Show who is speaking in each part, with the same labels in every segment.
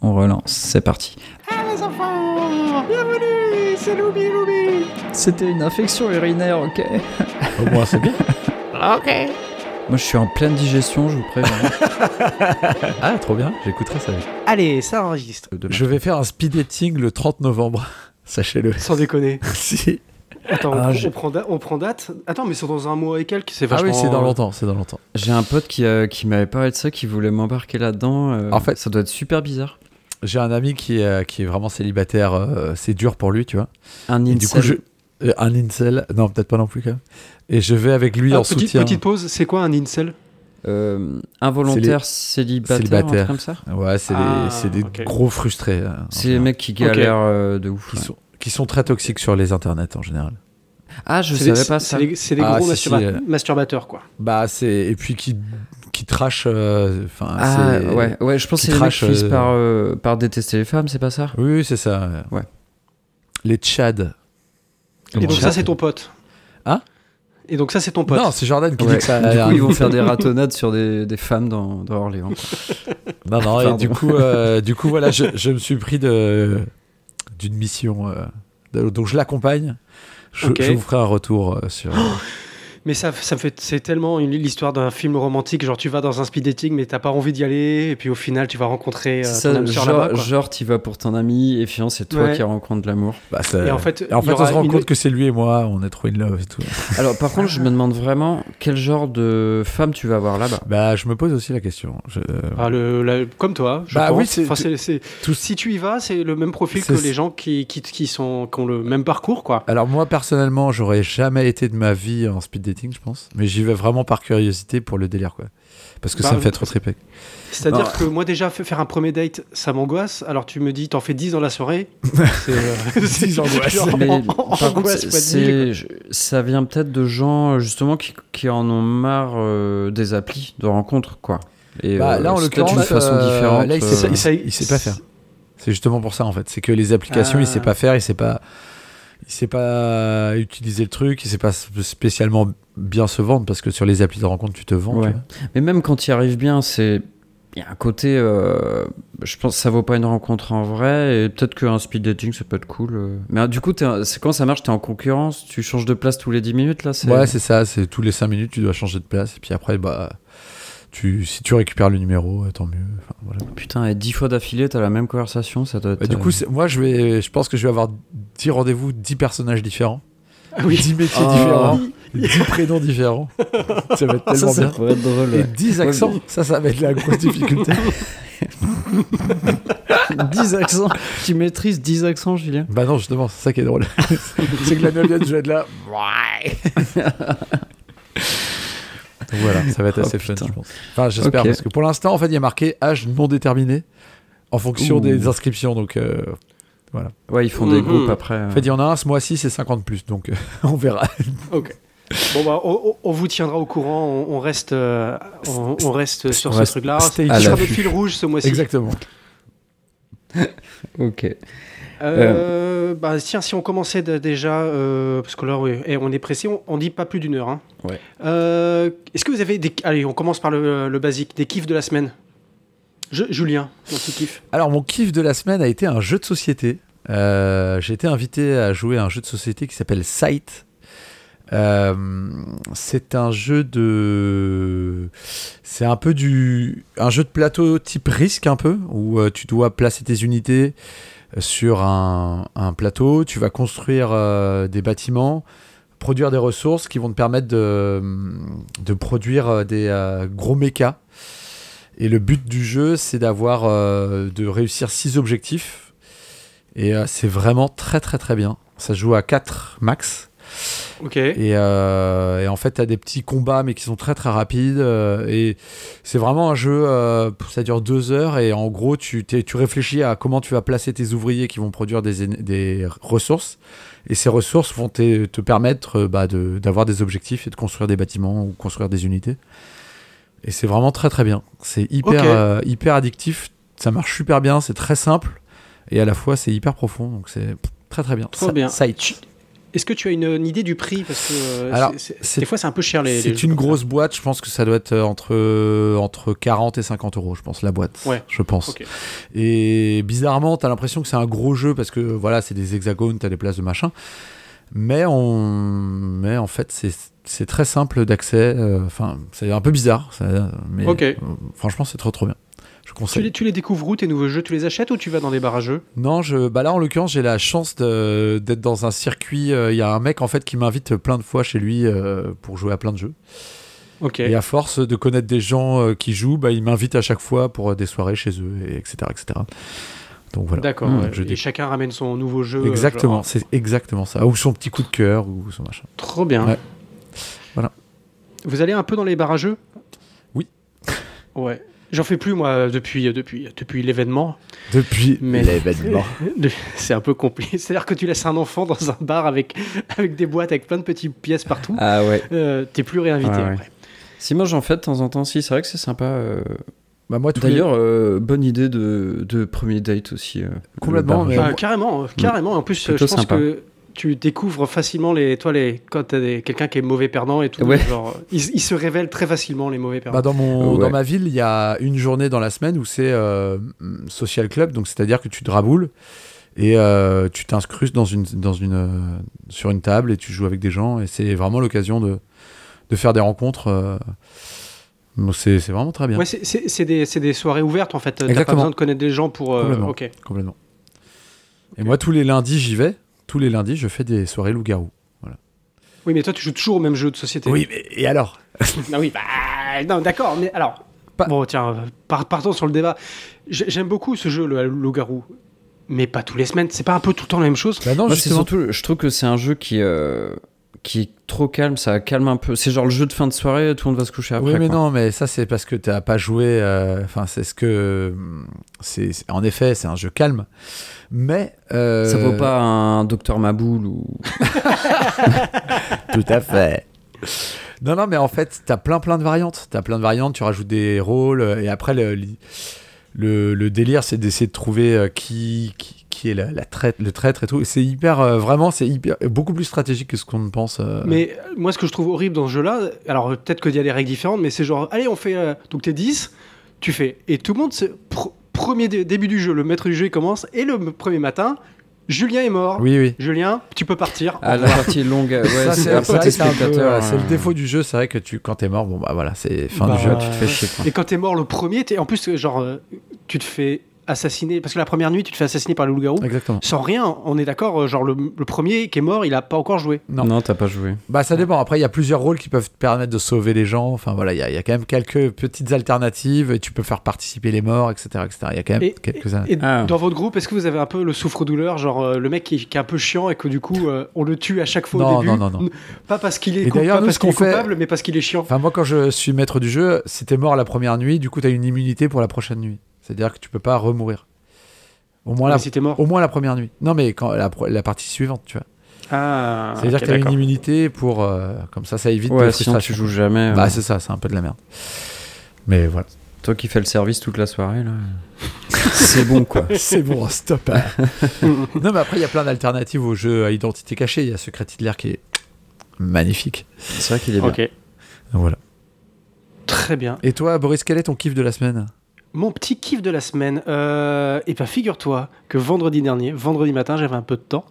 Speaker 1: on relance, c'est parti.
Speaker 2: Ah les enfants Bienvenue C'est Loubi Loubi
Speaker 1: C'était une infection urinaire, ok.
Speaker 3: Au moins, c'est bien.
Speaker 2: Ok
Speaker 1: Moi, je suis en pleine digestion, je vous préviens.
Speaker 3: Ah, trop bien, j'écouterai ça.
Speaker 2: Allez, ça enregistre
Speaker 1: Demain.
Speaker 3: Je vais faire un speed dating le 30 novembre. Sachez-le.
Speaker 4: Sans déconner.
Speaker 3: si.
Speaker 4: Attends, on,
Speaker 1: Ah,
Speaker 4: prend-
Speaker 1: j'ai-
Speaker 4: on prend da- on prend date. Attends, mais c'est dans un mois et quelques, c'est
Speaker 3: Ah
Speaker 4: vachement.
Speaker 3: oui, c'est dans longtemps, c'est dans longtemps.
Speaker 1: J'ai un pote qui, euh, qui m'avait parlé de ça, qui voulait m'embarquer là-dedans. euh,
Speaker 3: En fait-
Speaker 1: ça doit être super bizarre.
Speaker 3: J'ai un ami qui, est- qui est vraiment célibataire, euh, c'est dur pour lui, tu vois.
Speaker 1: Un
Speaker 3: Et
Speaker 1: incel.
Speaker 3: du coup, je... euh, un incel, non, peut-être pas non plus quand même. Et je vais avec lui
Speaker 4: Ah,
Speaker 3: en
Speaker 4: petite,
Speaker 3: soutien.
Speaker 4: petite pause, c'est quoi un incel
Speaker 1: Euh, involontaire, célibataire,
Speaker 3: célibataire.
Speaker 1: un truc comme ça.
Speaker 3: Ouais, c'est
Speaker 4: Ah,
Speaker 3: des, c'est des
Speaker 4: ok.
Speaker 3: gros frustrés. hein, en
Speaker 1: C'est les
Speaker 3: général.
Speaker 1: mecs qui galèrent euh, de ouf.
Speaker 3: qui,
Speaker 1: ouais.
Speaker 3: sont, qui sont très toxiques sur les internets en général.
Speaker 1: Ah, je
Speaker 4: C'est des-
Speaker 1: savais pas
Speaker 4: c'est
Speaker 1: ça.
Speaker 4: des- C'est des
Speaker 3: Ah,
Speaker 4: gros
Speaker 3: si, si,
Speaker 4: masturba-
Speaker 3: euh.
Speaker 4: masturbateurs, quoi.
Speaker 3: Bah, c'est. Et puis qui, qui trashent. euh, Enfin,
Speaker 1: Ah,
Speaker 3: c'est-
Speaker 1: ouais, ouais, je pense que
Speaker 3: qui
Speaker 1: c'est les mecs qui
Speaker 3: trashent,
Speaker 1: finissent
Speaker 3: euh,
Speaker 1: par, euh, par détester les femmes, c'est pas ça
Speaker 3: Oui, oui, c'est ça.
Speaker 1: Ouais.
Speaker 3: Les Tchad.
Speaker 4: Et donc, ça, c'est ton pote.
Speaker 3: Hein
Speaker 4: Et donc, ça, c'est ton pote.
Speaker 3: Non, c'est Jordan qui
Speaker 1: Ouais.
Speaker 3: dit que ça.
Speaker 1: Du
Speaker 3: a
Speaker 1: coup,
Speaker 4: euh,
Speaker 3: un-
Speaker 1: ils vont faire des ratonnades sur des, des femmes dans, dans Orléans. quoi.
Speaker 3: Non, non, et
Speaker 1: Pardon.
Speaker 3: du coup, euh, du coup, voilà, je, je me suis pris de d'une mission. euh, de- donc, je l'accompagne. Je,
Speaker 4: Ok. Oh
Speaker 3: je vous ferai un retour euh, sur.
Speaker 4: Mais ça, ça me fait, c'est tellement une- l'histoire d'un film romantique. Genre, tu vas dans un speed dating, mais t'as pas envie d'y aller, et puis au final, tu vas rencontrer euh,
Speaker 1: C'est
Speaker 4: ton
Speaker 1: ça,
Speaker 4: âme sœur
Speaker 1: genre,
Speaker 4: là-bas. quoi.
Speaker 1: genre, t'y vas pour ton ami, et finalement, c'est toi
Speaker 4: Ouais.
Speaker 1: qui rencontre l'amour.
Speaker 3: Bah, ça-
Speaker 4: Et en fait,
Speaker 3: et en
Speaker 4: il y
Speaker 3: fait, on
Speaker 4: aura
Speaker 3: se rend
Speaker 4: une-
Speaker 3: compte que c'est lui et moi, on est trop in love et tout.
Speaker 1: Alors, par contre, je me demande vraiment quel genre de femme tu vas avoir là-bas.
Speaker 3: Bah, je me pose aussi la question. Je- euh,
Speaker 4: Ah, le- la- comme toi, je
Speaker 3: Bah
Speaker 4: pense.
Speaker 3: oui, c'est-
Speaker 4: Enfin, c'est- c'est-
Speaker 3: tout-
Speaker 4: Si tu y vas, c'est le même profil que
Speaker 3: C'est-
Speaker 4: les gens qui, qui, qui sont, qui ont le même parcours, quoi.
Speaker 3: Alors moi personnellement, j'aurais jamais été de ma vie en speed dating, je pense, mais j'y vais vraiment par curiosité pour le délire quoi. Parce que
Speaker 4: Bah,
Speaker 3: ça me fait
Speaker 4: euh,
Speaker 3: trop triper.
Speaker 4: C'est-à-dire
Speaker 1: Non.
Speaker 4: que moi déjà f- faire un premier date, ça m'angoisse. Alors tu me dis, t'en fais 10 dans la soirée. C'est euh, c'est
Speaker 3: Dix angoisses.
Speaker 4: genre
Speaker 1: Mais
Speaker 4: an-
Speaker 1: par contre,
Speaker 4: angoisse
Speaker 1: c'est-
Speaker 4: fois de
Speaker 1: c'est-
Speaker 4: mille, quoi.
Speaker 1: je- ça vient peut-être de gens euh, justement qui, qui en ont marre euh, des applis de rencontres, quoi. Et
Speaker 3: Bah,
Speaker 1: euh,
Speaker 3: là, en
Speaker 1: c'est peut-être
Speaker 3: l'occurrence,
Speaker 1: une façon
Speaker 3: euh,
Speaker 1: différente.
Speaker 3: là, il
Speaker 1: euh,
Speaker 3: s'est-
Speaker 4: Ça- ça-
Speaker 3: il sait pas faire. C'est justement pour ça en fait, c'est que les applications,
Speaker 4: Ah.
Speaker 3: il sait pas faire, il sait pas il sait pas utiliser le truc, il sait pas sp- spécialement bien se vendre parce que sur les applis de rencontre, tu te vends.
Speaker 1: Ouais.
Speaker 3: tu vois.
Speaker 1: Mais même quand il arrive bien, c'est il y a un côté. euh, je pense que ça vaut pas une rencontre en vrai et peut-être qu'un speed dating ça peut être cool. euh. Mais euh, du coup, t'es un- c'est quand ça marche T'es en concurrence Tu changes de place tous les 10 minutes là c'est-
Speaker 3: Ouais, c'est ça, c'est tous les 5 minutes, tu dois changer de place et puis après bah tu si tu récupères le numéro, euh, tant mieux. Enfin, voilà.
Speaker 1: Putain, et 10 fois d'affilée, t'as la même conversation, ça doit être.
Speaker 3: Bah, du
Speaker 1: euh,
Speaker 3: coup, c'est- moi, je, vais, je pense que je vais avoir 10 rendez-vous, 10 personnages différents,
Speaker 4: Ah oui.
Speaker 3: 10 métiers
Speaker 1: Ah.
Speaker 3: différents, 10 prénoms différents. ça va être
Speaker 1: ça,
Speaker 3: tellement
Speaker 1: ça
Speaker 3: bien.
Speaker 1: pourrait être drôle.
Speaker 3: Et
Speaker 1: ouais.
Speaker 3: 10 accents,
Speaker 1: Ouais,
Speaker 3: ça, ça va être la grosse difficulté.
Speaker 1: 10 accents. Tu maîtrises 10 accents, Julien.
Speaker 3: bah non, justement, c'est ça qui est drôle. c'est que la neuvième, je vais être là. Ouais. Donc voilà, ça va être
Speaker 1: Oh,
Speaker 3: assez fun,
Speaker 1: putain.
Speaker 3: je pense. Enfin, j'espère,
Speaker 1: Ok.
Speaker 3: parce que pour l'instant, en fait, il y a marqué âge non déterminé en fonction
Speaker 1: Ouh.
Speaker 3: des inscriptions. Donc, euh,
Speaker 1: Ouais, ils font des
Speaker 4: Mhm.
Speaker 1: groupes après. euh.
Speaker 3: en fait, il y en a un ce mois-ci, c'est 50 plus. Donc, euh, on verra.
Speaker 4: Ok. Bon bah, on, on- on vous tiendra au courant. On, on reste, euh, on, on reste sur
Speaker 3: on
Speaker 4: ce
Speaker 3: reste
Speaker 4: truc-là.
Speaker 3: stay
Speaker 4: C'est
Speaker 3: à
Speaker 4: sera
Speaker 3: l'affût.
Speaker 4: notre fil rouge ce mois-ci.
Speaker 3: Exactement.
Speaker 1: Ok.
Speaker 4: Euh, bah, tiens, si on commençait de- déjà, euh, parce que là, oui, eh, on est pressé, on, on dit pas plus d'une heure. hein.
Speaker 1: Ouais.
Speaker 4: Euh, Est-ce que vous avez des. Allez, on commence par le, le basique, des kiffs de la semaine. Je- Julien, mon petit kiff.
Speaker 3: Alors, mon kiff de la semaine a été un jeu de société. Euh, J'ai été invité à jouer à un jeu de société qui s'appelle Sight. Euh, c'est un jeu de. C'est un peu du. Un jeu de plateau type risque, un peu, où euh, tu dois placer tes unités euh, sur un, un plateau. Tu vas construire euh, des bâtiments, produire des ressources qui vont te permettre de, de produire euh, des euh, gros mechas. Et le but du jeu, c'est d'avoir, euh, de réussir six objectifs. Et euh, c'est vraiment très très très bien. Ça se joue à 4 max.
Speaker 4: Ok.
Speaker 3: Et, euh, et en fait, tu as des petits combats, mais qui sont très très rapides. euh, et c'est vraiment un jeu, euh, ça dure deux heures. Et en gros, tu, t'es- tu réfléchis à comment tu vas placer tes ouvriers qui vont produire des, éne- des ressources. Et ces ressources vont te, te permettre euh, bah, de- d'avoir des objectifs et de construire des bâtiments ou construire des unités. Et c'est vraiment très très bien. C'est hyper,
Speaker 4: Ok.
Speaker 3: euh, hyper addictif. Ça marche super bien. C'est très simple. Et à la fois, c'est hyper profond. Donc c'est très très bien.
Speaker 4: Trop
Speaker 3: Ça-
Speaker 4: bien.
Speaker 3: Sight.
Speaker 4: Est-ce que tu as une, une idée du prix Parce que euh,
Speaker 3: Alors,
Speaker 4: c'est- c'est-
Speaker 3: c'est-
Speaker 4: des fois, c'est un peu cher les. les
Speaker 3: C'est
Speaker 4: jeux
Speaker 3: une
Speaker 4: comme ça.
Speaker 3: grosse boîte, je pense que ça doit être euh, entre, euh, entre 40 et 50 euros, je pense, la boîte.
Speaker 4: Ouais.
Speaker 3: Je pense.
Speaker 4: Ok.
Speaker 3: Et bizarrement, t'as l'impression que c'est un gros jeu parce que voilà, c'est des hexagones, t'as des places de machin. Mais, on... mais en fait, c'est, c'est très simple d'accès. euh, Enfin, c'est un peu bizarre, ça- mais
Speaker 4: Ok.
Speaker 3: euh, franchement, c'est trop trop bien. Je
Speaker 4: Tu
Speaker 3: conseille.
Speaker 4: les, tu les découvres où tes nouveaux jeux Tu les achètes ou tu vas dans des bars à jeux
Speaker 3: Non, je, bah là en l'occurrence, j'ai la chance de- d'être dans un circuit. euh, Il y a un mec en fait qui m'invite plein de fois chez lui euh, pour jouer à plein de jeux.
Speaker 4: Ok.
Speaker 3: Et à force de connaître des gens euh, qui jouent, bah, ils m'invitent à chaque fois pour euh, des soirées chez eux, et etc., etc. Donc voilà.
Speaker 4: D'accord.
Speaker 1: Mmh,
Speaker 4: ouais.
Speaker 3: hmm, je
Speaker 4: et
Speaker 3: découvre.
Speaker 4: chacun ramène son nouveau jeu. euh,
Speaker 3: Exactement,
Speaker 4: genre.
Speaker 3: c'est exactement ça. Ou son petit coup de cœur, ou son machin.
Speaker 4: Trop bien.
Speaker 3: Ouais. Voilà.
Speaker 4: Vous allez un peu dans les bars à jeux
Speaker 3: Oui.
Speaker 4: Ouais. J'en fais plus moi depuis euh, depuis depuis l'événement.
Speaker 3: Depuis
Speaker 4: Mais-
Speaker 3: l'événement.
Speaker 4: De- C'est un peu compliqué. C'est-à-dire que tu laisses un enfant dans un bar avec avec des boîtes avec plein de petites pièces partout.
Speaker 1: Ah ouais.
Speaker 4: Euh, T'es plus réinvité
Speaker 1: Ouais, ouais.
Speaker 4: après.
Speaker 1: Si moi j'en fais de temps en temps, si, c'est vrai que c'est sympa. euh,
Speaker 3: Bah, moi, tous les-
Speaker 1: D'ailleurs, euh, bonne idée de, de premier date aussi. euh,
Speaker 3: Complètement,
Speaker 1: le
Speaker 3: mais-
Speaker 1: bar.
Speaker 4: Ah,
Speaker 3: moi-
Speaker 4: carrément, euh, carrément. En plus, euh, je
Speaker 1: Plutôt
Speaker 4: pense
Speaker 1: sympa.
Speaker 4: que tu découvres facilement les, toi, les, quand t'as des- quelqu'un qui est mauvais perdant et tout,
Speaker 1: Ouais.
Speaker 4: genre, ils, ils se révèlent très facilement les mauvais perdants.
Speaker 3: Bah, dans, mon,
Speaker 1: Ouais.
Speaker 3: dans ma ville, il y a une journée dans la semaine où c'est euh, mm, social club, donc c'est-à-dire que tu te raboules et euh, tu t'inscrutes dans une, dans une, euh, sur une table et tu joues avec des gens. Et c'est vraiment l'occasion de, de faire des rencontres. euh, donc c'est c'est vraiment très bien.
Speaker 4: ouais, c'est- c'est c'est des, c'est des soirées ouvertes en fait. T'as pas
Speaker 3: Exactement.
Speaker 4: besoin de connaître des gens pour. euh,
Speaker 3: Complètement.
Speaker 4: ok.
Speaker 3: Complètement. Et moi, tous les lundis, j'y vais. Tous les lundis, je fais des soirées loup-garou.
Speaker 4: Oui, mais toi, tu joues toujours au même jeu de société.
Speaker 3: mais et alors
Speaker 4: Ah oui, bah, non, d'accord, mais alors.
Speaker 3: Pas-
Speaker 4: Bon, tiens, euh, par- partons sur le débat. J'ai- J'aime beaucoup ce jeu, le loup-garou, mais pas tous les semaines. C'est pas un peu tout le temps la même chose
Speaker 3: Bah non,
Speaker 1: Moi, c'est
Speaker 3: justement.
Speaker 1: surtout, je trouve que c'est un jeu qui, euh, qui est trop calme, ça calme un peu. C'est genre le jeu de fin de soirée, tout le monde va se coucher après.
Speaker 3: oui, mais
Speaker 1: quoi.
Speaker 3: non, mais ça, c'est parce que t'as pas joué. euh, Enfin, c'est ce que. c'est c'est- En effet, c'est un jeu calme. Mais. euh,
Speaker 1: Ça vaut pas un docteur Maboul ou.
Speaker 3: Tout à fait. Non, non, mais en fait, t'as plein, plein de variantes. T'as plein de variantes, tu rajoutes des rôles, euh, et après, le, li- le, le délire, c'est d'essayer de trouver euh, qui, qui, qui est la, la traître, le traître et tout. Et C'est hyper, euh, vraiment, c'est hyper, beaucoup plus stratégique que ce qu'on ne pense. euh.
Speaker 4: Mais euh, moi, ce que je trouve horrible dans ce jeu-là, alors euh, peut-être qu'il y a des règles différentes, mais c'est genre, allez, on fait. euh, donc t'es 10, tu fais. Et tout le monde, c'est. pr- premier dé- début du jeu, le maître du jeu il commence, et le m- premier matin, Julien est mort.
Speaker 3: Oui, oui.
Speaker 4: Julien, tu peux partir.
Speaker 1: Ah, la partie est longue. euh, Ouais,
Speaker 3: Ça,
Speaker 1: c'est
Speaker 3: c'est
Speaker 1: après,
Speaker 3: c'est vrai
Speaker 1: t'es
Speaker 3: que c'est un peu,
Speaker 1: spectateur,
Speaker 3: euh, c'est le
Speaker 1: euh,
Speaker 3: défaut du jeu, c'est vrai que tu, quand t'es mort, bon bah voilà, c'est fin
Speaker 4: Bah,
Speaker 3: du jeu.
Speaker 1: Tu te fais chier, quoi.
Speaker 4: Et quand t'es mort le premier, t'es- en plus, euh, genre, euh, tu te fais assassiner. Parce que la première nuit, tu te fais assassiner par le loup-garou.
Speaker 3: Exactement.
Speaker 4: Sans rien, on est d'accord, euh, genre le, le premier qui est mort, il a pas encore joué.
Speaker 3: Non.
Speaker 1: Non, t'as pas joué.
Speaker 3: Bah ça dépend. Après, il y a plusieurs rôles qui peuvent te permettre de sauver les gens. Enfin voilà, il y, a- il y a quand même quelques petites alternatives. Et tu peux faire participer les morts, etc., etc. Il y a quand même
Speaker 4: Et-
Speaker 3: quelques.
Speaker 4: Et
Speaker 1: Ah.
Speaker 4: dans votre groupe, est-ce que vous avez un peu le souffre-douleur, genre euh, le mec qui, qui est un peu chiant et que du coup euh, on le tue à chaque fois
Speaker 3: Non,
Speaker 4: au début
Speaker 3: non, non, non.
Speaker 4: N- Pas parce qu'il est,
Speaker 3: Et
Speaker 4: coup-
Speaker 3: d'ailleurs,
Speaker 4: pas
Speaker 3: nous,
Speaker 4: parce
Speaker 3: ce
Speaker 4: qu'il est
Speaker 3: qu'on fait-
Speaker 4: coupable, mais parce qu'il est chiant.
Speaker 3: Enfin moi, quand je suis maître du jeu, si t'es mort la première nuit, du coup t'as une immunité pour la prochaine nuit. C'est-à-dire que tu peux pas remourir. Au moins
Speaker 4: Mais
Speaker 3: la,
Speaker 4: si t'es mort.
Speaker 3: au moins la première nuit. Non mais quand la, pro- la partie suivante, tu vois.
Speaker 4: Ah,
Speaker 3: C'est-à-dire
Speaker 4: ok,
Speaker 3: que t'as une
Speaker 4: d'accord.
Speaker 3: immunité pour euh, comme ça, ça évite
Speaker 1: Ouais,
Speaker 3: les
Speaker 1: sinon
Speaker 3: frustrations.
Speaker 1: tu joues jamais. euh,
Speaker 3: Bah c'est ça, c'est un peu de la merde. Mais voilà.
Speaker 1: Toi qui fais le service toute la soirée, là. c'est bon, quoi.
Speaker 3: C'est bon, hein. stop. non, mais après, il y a plein d'alternatives au jeu à identité cachée. Il y a Secret Hitler qui est magnifique.
Speaker 1: C'est vrai qu'il est bien.
Speaker 4: Ok,
Speaker 3: Voilà.
Speaker 4: très bien.
Speaker 3: Et toi, Boris, quel est ton kiff de la semaine
Speaker 4: Mon petit kiff de la semaine, euh, et ben figure-toi que vendredi dernier, vendredi matin, j'avais un peu de temps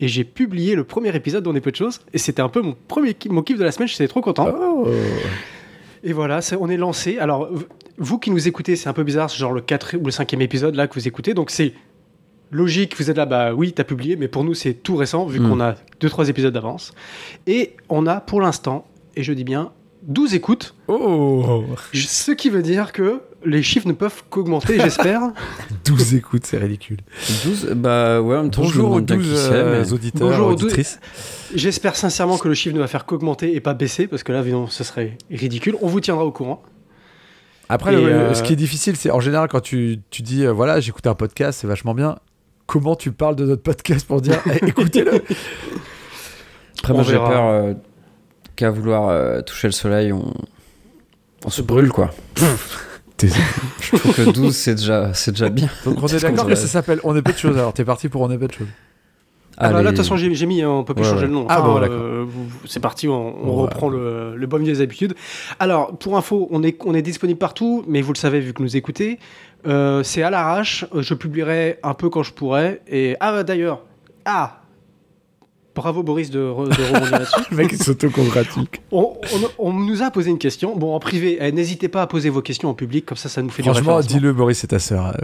Speaker 4: et j'ai publié le premier épisode d'On est peu de choses et c'était un peu mon premier ki- mon kiff de la semaine, j'étais trop content.
Speaker 3: Ah. Oh.
Speaker 4: Et voilà, c'est- on est lancé. Alors, v- vous qui nous écoutez, c'est un peu bizarre, c'est genre le 4 ou le 5e épisode là que vous écoutez. Donc, c'est logique, vous êtes là, bah oui, t'as publié, mais pour nous, c'est tout récent, vu
Speaker 1: Mm.
Speaker 4: qu'on a 2-3 épisodes d'avance. Et on a pour l'instant, et je dis bien, 12 écoutes,
Speaker 3: Oh
Speaker 4: ce qui veut dire que les chiffres ne peuvent qu'augmenter, j'espère.
Speaker 3: 12 écoutes, c'est ridicule.
Speaker 1: 12, bah ouais, en même temps, je me
Speaker 3: Bonjour aux
Speaker 1: demande bien
Speaker 3: 12
Speaker 1: qui c'est,
Speaker 3: euh,
Speaker 1: mais-
Speaker 3: auditeurs,
Speaker 4: Bonjour aux douze-
Speaker 3: auditrices.
Speaker 4: J'espère sincèrement que le chiffre ne va faire qu'augmenter et pas baisser, parce que là, non, ce serait ridicule. On vous tiendra au courant.
Speaker 3: Après,
Speaker 4: Et
Speaker 3: le- le-
Speaker 4: euh,
Speaker 3: ce qui est difficile, c'est en général quand tu, tu dis euh, voilà, j'écoute un podcast, c'est vachement bien. Comment tu parles de notre podcast pour dire eh, écoutez-le
Speaker 1: Après,
Speaker 4: On
Speaker 1: moi, j'ai
Speaker 4: verra.
Speaker 1: peur euh, qu'à vouloir euh, toucher le soleil, on, on se brûle, quoi.
Speaker 3: T'es-
Speaker 1: Je trouve que 12, c'est déjà, c'est déjà bien.
Speaker 3: Donc on est
Speaker 1: Qu'est-ce qu'on
Speaker 3: d'accord
Speaker 1: se
Speaker 3: que
Speaker 1: rêve
Speaker 3: ça s'appelle On est peu de choses. Alors t'es parti pour On est peu de choses.
Speaker 4: Ah bah, là, de
Speaker 1: Allez.
Speaker 4: toute façon, j'ai j'ai mis, hein, on peut plus
Speaker 1: Ouais,
Speaker 4: changer
Speaker 1: ouais.
Speaker 4: le nom.
Speaker 3: Ah
Speaker 4: Enfin,
Speaker 3: bon, d'accord.
Speaker 4: euh, vous- vous- c'est parti, on, on
Speaker 3: Ouais.
Speaker 4: reprend le, le bon vieux des habitudes. Alors, pour info, on est, on est disponible partout, mais vous le savez vu que nous écoutez. Euh, c'est à l'arrache, euh, je publierai un peu quand je pourrai. Et ah, bah, d'ailleurs, ah, bravo Boris de, re- de rebondir là-dessus.
Speaker 3: Le mec, il s'auto-congratule.
Speaker 4: On, on- on nous a posé une question. Bon, en privé, eh, n'hésitez pas à poser vos questions en public, comme ça, ça nous fait du
Speaker 3: Franchement,
Speaker 4: référencement.
Speaker 3: dis-le, Boris, c'est ta sœur.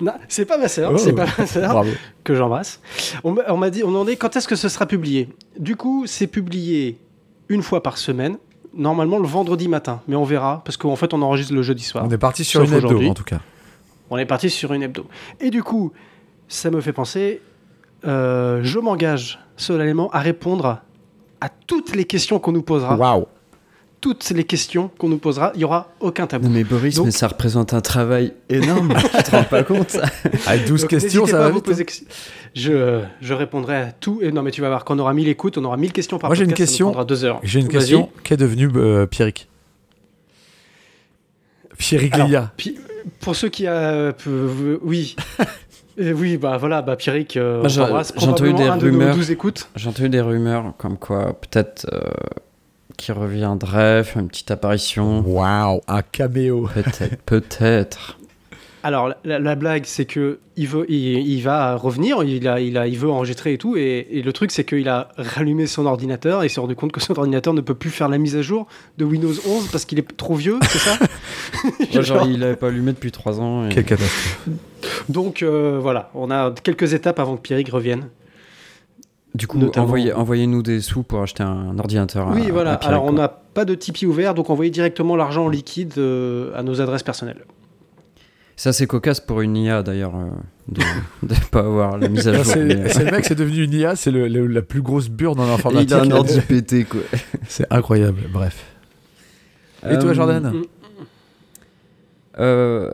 Speaker 4: Non, c'est pas ma sœur,
Speaker 3: Oh.
Speaker 4: c'est pas ma sœur.
Speaker 3: Bravo.
Speaker 4: que j'embrasse. On, m'a- on m'a dit, on en est, quand est-ce que ce sera publié Du coup, c'est publié une fois par semaine, normalement le vendredi matin, mais on verra, parce qu'en fait on enregistre le jeudi soir.
Speaker 3: On est parti sur
Speaker 4: Sauf
Speaker 3: une hebdo,
Speaker 4: aujourd'hui.
Speaker 3: en tout cas.
Speaker 4: On est parti sur une hebdo. Et du coup, ça me fait penser, euh, je m'engage solennellement à répondre à toutes les questions qu'on nous posera.
Speaker 3: Waouh.
Speaker 4: Toutes les questions qu'on nous posera, il n'y aura aucun tabou.
Speaker 1: Non mais Boris,
Speaker 4: Donc-
Speaker 1: mais ça représente un travail énorme, tu te rends pas compte
Speaker 3: À 12
Speaker 4: Donc,
Speaker 3: questions,
Speaker 4: Euh, n'hésitez
Speaker 3: ça
Speaker 4: pas à
Speaker 3: va
Speaker 4: vous
Speaker 3: vite. hein.
Speaker 4: poser que- je, je répondrai à tout. Et non, mais tu vas voir, quand on aura 1000 écoutes, on aura 1000 questions par
Speaker 3: Moi, j'ai une
Speaker 4: podcast, ça
Speaker 3: question.
Speaker 4: nous prendra deux heures.
Speaker 3: J'ai une
Speaker 4: Vas-y.
Speaker 3: question. Qu'est devenu euh, Pierrick Pierrick
Speaker 4: Alors,
Speaker 3: Léa.
Speaker 4: Pi- pour ceux qui a, oui, Euh, oui, bah voilà, bah Pierrick, euh,
Speaker 1: Moi,
Speaker 4: on
Speaker 1: j'ai-
Speaker 4: t'embrasse,
Speaker 1: j'ai entendu des
Speaker 4: probablement un de nos
Speaker 1: rumeurs.
Speaker 4: 12 écoutes.
Speaker 1: J'ai entendu des rumeurs comme quoi peut-être euh, qu'il reviendrait, faire une petite apparition.
Speaker 3: Waouh, un caméo.
Speaker 1: Peut-être, peut-être.
Speaker 4: Alors la, la blague, c'est que il veut, il, il va revenir, il a, il a, il veut enregistrer et tout, et, et le truc, c'est qu'il a rallumé son ordinateur et il s'est rendu compte que son ordinateur ne peut plus faire la mise à jour de Windows 11 parce qu'il est trop vieux, c'est ça
Speaker 1: Moi, genre,
Speaker 4: Genre.
Speaker 1: il l'avait pas allumé depuis 3 ans. et-
Speaker 3: Quelle catastrophe.
Speaker 4: Donc euh, voilà, on a quelques étapes avant que Pierrick revienne.
Speaker 1: Du coup,
Speaker 4: Notamment-
Speaker 1: envoyez- envoyez-nous des sous pour acheter un ordinateur. à-
Speaker 4: oui, voilà.
Speaker 1: à Pierrick,
Speaker 4: Alors on
Speaker 1: quoi.
Speaker 4: n'a pas de Tipeee ouvert, donc envoyez directement l'argent en liquide euh, à nos adresses personnelles.
Speaker 1: Ça, c'est cocasse pour une IA d'ailleurs, euh, de ne pas avoir la mise à
Speaker 3: Non,
Speaker 1: jour.
Speaker 3: C'est
Speaker 1: mais, euh,
Speaker 3: c'est le mec, c'est devenu une IA, c'est le- le- la plus grosse bure dans l'informatique.
Speaker 1: il a un ordi pété, quoi.
Speaker 3: C'est incroyable, bref. Et toi,
Speaker 1: Euh,
Speaker 3: Jordan
Speaker 1: Euh,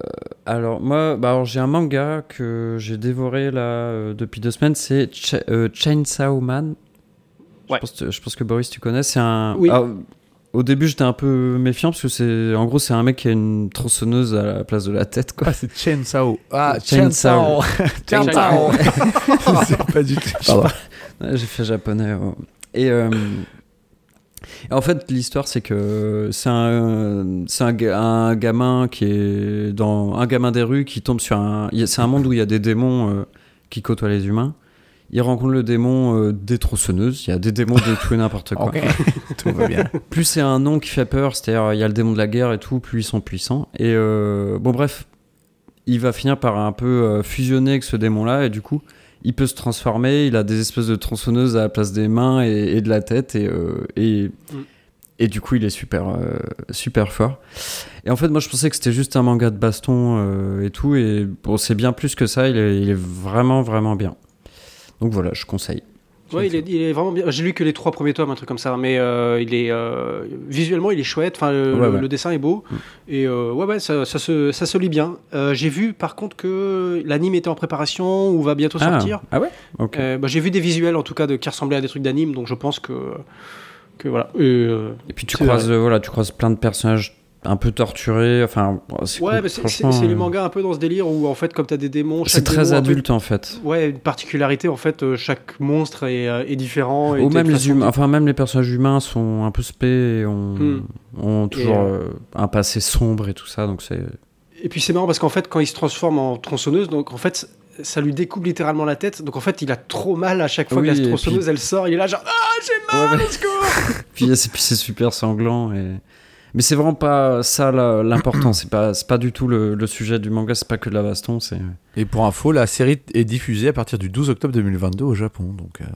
Speaker 1: alors moi, bah, alors, j'ai un manga que j'ai dévoré là euh, depuis deux semaines, c'est Ch- euh, Chainsaw Man.
Speaker 4: Ouais.
Speaker 1: Je, pense, que- je pense que Boris tu connais. C'est un.
Speaker 4: Oui.
Speaker 1: ah, au début j'étais un peu méfiant parce que c'est, en gros, c'est un mec qui a une tronçonneuse à la place de la tête quoi.
Speaker 3: Ah, c'est Chainsaw. Ah,
Speaker 1: Chainsaw.
Speaker 3: Chainsaw. C'est pas du tout.
Speaker 1: Pardon. Ouais, J'ai fait japonais. ouais. Et euh, en fait, l'histoire, c'est que c'est un, c'est un, ga- un gamin qui est dans un gamin des rues qui tombe sur un. il y a- C'est un monde où il y a des démons euh, qui côtoient les humains. Il rencontre le démon euh, des tronçonneuses. Il y a des démons de tout et n'importe quoi.
Speaker 3: Ok. Tout va bien.
Speaker 1: Plus c'est un nom qui fait peur, c'est-à-dire il y a le démon de la guerre et tout, plus ils sont puissants. Et euh, bon, bref, il va finir par un peu euh, fusionner avec ce démon-là, et du coup, il peut se transformer. Il a des espèces de tronçonneuses à la place des mains et, et de la tête, et, euh, et,
Speaker 4: Mm.
Speaker 1: et du coup, il est super, euh, super fort. Et en fait, moi, je pensais que c'était juste un manga de baston euh, et tout, et bon, c'est bien plus que ça. Il est, il est vraiment, vraiment bien. Donc voilà, je conseille.
Speaker 4: Ouais, il est, il est vraiment bien. J'ai lu que les trois premiers tomes, un truc comme ça, mais euh, il est euh, visuellement il est chouette. Enfin, le,
Speaker 1: Ouais, Mm. ouais.
Speaker 4: le dessin est beau et euh, ouais, ouais, ça, ça se, ça se lit bien. Euh, J'ai vu par contre que l'anime était en préparation ou va bientôt
Speaker 1: Ah,
Speaker 4: sortir.
Speaker 1: ah ouais Ok.
Speaker 4: Euh, bah, J'ai vu des visuels en tout cas de, qui ressemblaient à des trucs d'anime, donc je pense que que voilà. Et, euh,
Speaker 1: Et puis tu
Speaker 4: C'est
Speaker 1: croises, euh, voilà, tu croises plein de personnages un peu torturés. Enfin, bon, c'est
Speaker 4: ouais,
Speaker 1: cool,
Speaker 4: mais c'est- c'est
Speaker 1: franchement,
Speaker 4: c'est les
Speaker 1: euh,
Speaker 4: mangas un peu dans ce délire où en fait comme t'as des démons,
Speaker 1: C'est
Speaker 4: chaque
Speaker 1: très
Speaker 4: démon, un peu-
Speaker 1: adulte en fait.
Speaker 4: Ouais, une particularité en fait, euh, chaque monstre est, euh, est différent. et
Speaker 1: Ou
Speaker 4: t'es
Speaker 1: même
Speaker 4: de
Speaker 1: les
Speaker 4: façon-
Speaker 1: humains, enfin même les personnages humains sont un peu spé, et ont,
Speaker 4: Hmm.
Speaker 1: ont toujours
Speaker 4: euh,
Speaker 1: euh, un passé sombre et tout ça, donc c'est.
Speaker 4: Et puis c'est marrant parce qu'en fait, quand il se transforme en tronçonneuse, donc en fait, ça lui découpe littéralement la tête. Donc en fait, il a trop mal à chaque fois
Speaker 1: Oui,
Speaker 4: que la
Speaker 1: et
Speaker 4: tronçonneuse elle sort. Il est là, genre, ah, j'ai mal, let's go
Speaker 1: puis c'est puis c'est super sanglant et. Mais c'est vraiment pas ça la- l'important. C'est pas c'est pas du tout le, le sujet du manga. C'est pas que de la baston. C'est.
Speaker 3: Et pour info, la série est diffusée à partir du 12 octobre 2022 au Japon. Donc, euh,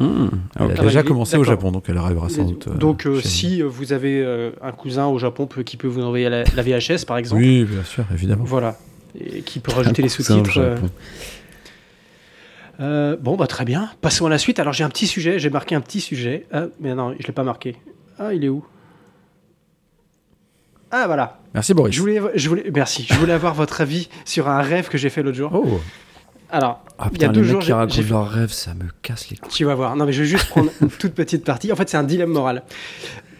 Speaker 1: Hmm,
Speaker 3: elle
Speaker 1: ok.
Speaker 3: a
Speaker 4: Ah bah,
Speaker 3: déjà
Speaker 4: il est-
Speaker 3: commencé au
Speaker 4: d'accord.
Speaker 3: Japon, donc elle arrivera sans doute. euh,
Speaker 4: Donc euh,
Speaker 3: chez
Speaker 4: si euh, vous avez euh, un cousin au Japon peut- qui peut vous envoyer la, la VHS par
Speaker 3: nous.
Speaker 4: exemple,
Speaker 3: Oui, bien sûr, évidemment.
Speaker 4: voilà, et qui peut rajouter les
Speaker 1: Un cousin au
Speaker 4: sous-titres. euh,
Speaker 1: Japon.
Speaker 4: Euh, bon, bah très bien. Passons à la suite. Alors j'ai un petit sujet, j'ai marqué un petit sujet. Ah, mais non, je l'ai pas marqué. Ah, il est où Ah, voilà.
Speaker 3: Merci Boris.
Speaker 4: Je voulais, je voulais, merci. Je voulais avoir votre avis sur un rêve que j'ai fait l'autre jour.
Speaker 3: Oh,
Speaker 4: Alors,
Speaker 1: Ah
Speaker 4: Il y a
Speaker 1: putain,
Speaker 4: deux
Speaker 1: les
Speaker 4: jours,
Speaker 1: mecs qui
Speaker 4: j'ai- j'ai
Speaker 1: racontent
Speaker 4: fait-
Speaker 1: leurs rêves, ça me casse les couilles.
Speaker 4: tu vas voir. Non, mais je vais juste prendre une toute petite partie. En fait, c'est un dilemme moral.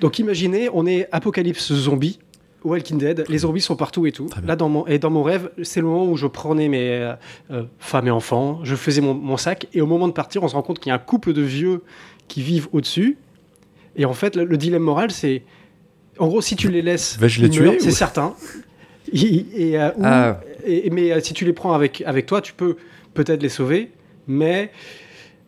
Speaker 4: Donc, imaginez, on est apocalypse zombie. Walking Dead, les zombies sont partout et tout.
Speaker 3: Très bien.
Speaker 4: Là, dans mon, et dans mon rêve, c'est le moment où je prenais mes euh, euh, femmes et enfants, je faisais mon, mon sac, et au moment de partir, on se rend compte qu'il y a un couple de vieux qui vivent au-dessus. Et en fait, le, le dilemme moral, c'est. En gros, si tu les laisses.
Speaker 3: Vais-je les
Speaker 4: mourir,
Speaker 3: tuer
Speaker 4: C'est
Speaker 3: ou-
Speaker 4: certain. Et, et, euh, ou-
Speaker 1: Ah.
Speaker 4: et- mais euh, si tu les prends avec, avec toi, tu peux peut-être les sauver, mais.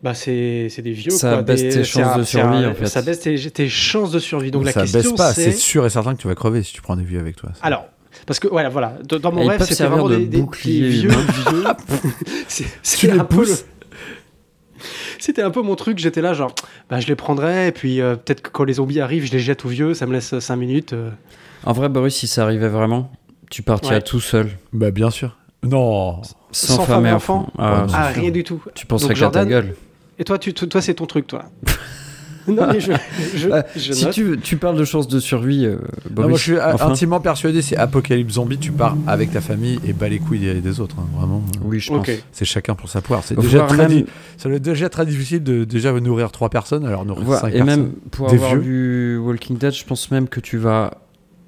Speaker 4: Bah, c'est c'est des vieux.
Speaker 1: Ça
Speaker 4: quoi,
Speaker 1: baisse
Speaker 4: des-
Speaker 1: tes chances
Speaker 4: c'est
Speaker 1: de
Speaker 4: c'est
Speaker 1: survie, en fait.
Speaker 4: Ça baisse tes, tes chances de survie. Donc, la
Speaker 3: ça
Speaker 4: question,
Speaker 3: baisse pas,
Speaker 4: c'est.
Speaker 3: c'est sûr et certain que tu vas crever si tu prends des vieux avec toi.
Speaker 4: Alors, parce que voilà, voilà, d- dans
Speaker 1: Et
Speaker 4: mon
Speaker 1: ils
Speaker 4: rêve,
Speaker 1: peuvent
Speaker 4: c'était
Speaker 1: servir
Speaker 4: vraiment
Speaker 1: de
Speaker 4: des, des- des
Speaker 1: bouclier
Speaker 4: vieux.
Speaker 1: humain.
Speaker 4: vieux. C'est-
Speaker 3: tu
Speaker 4: C'était
Speaker 3: les
Speaker 4: un peu le-
Speaker 3: pousses,
Speaker 4: c'était un peu mon truc. J'étais là, genre, bah, je les prendrais, et puis euh, peut-être que quand les zombies arrivent, je les jette aux vieux, ça me laisse 5 minutes. euh.
Speaker 1: En vrai, Boris, si ça arrivait vraiment, tu partirais
Speaker 4: Ouais.
Speaker 1: tout seul,
Speaker 3: bah bien sûr. Non.
Speaker 1: sans,
Speaker 4: Sans
Speaker 1: femme
Speaker 4: femme
Speaker 1: et
Speaker 4: et
Speaker 1: enfant.
Speaker 4: enfant.
Speaker 1: Ah,
Speaker 3: Ouais,
Speaker 1: c'est
Speaker 4: Ah,
Speaker 1: sûr.
Speaker 4: rien du tout.
Speaker 1: Tu penserais
Speaker 4: Donc,
Speaker 1: que à ta
Speaker 4: Jordan,
Speaker 1: gueule.
Speaker 4: Et toi, tu, tu- toi c'est ton truc, toi. non, mais je, je,
Speaker 1: Bah,
Speaker 4: je
Speaker 1: Si
Speaker 4: note.
Speaker 1: tu, tu parles de chances de survie, euh,
Speaker 3: Non,
Speaker 1: Boris,
Speaker 3: moi, je suis euh,
Speaker 1: enfin.
Speaker 3: intimement persuadé, c'est apocalypse zombie, tu pars avec ta famille et bats les couilles des, des autres. hein, vraiment, euh,
Speaker 1: Oui, je pense.
Speaker 4: Ok.
Speaker 3: c'est chacun pour sa poire. C'est
Speaker 1: Voire
Speaker 3: déjà, très
Speaker 1: même-
Speaker 3: di- ça doit être déjà très difficile de déjà nourrir trois personnes, alors nourrir
Speaker 1: Voilà,
Speaker 3: cinq
Speaker 1: et
Speaker 3: personnes.
Speaker 1: même pour
Speaker 3: Des
Speaker 1: avoir
Speaker 3: vieux.
Speaker 1: lu Walking Dead, je pense même que tu vas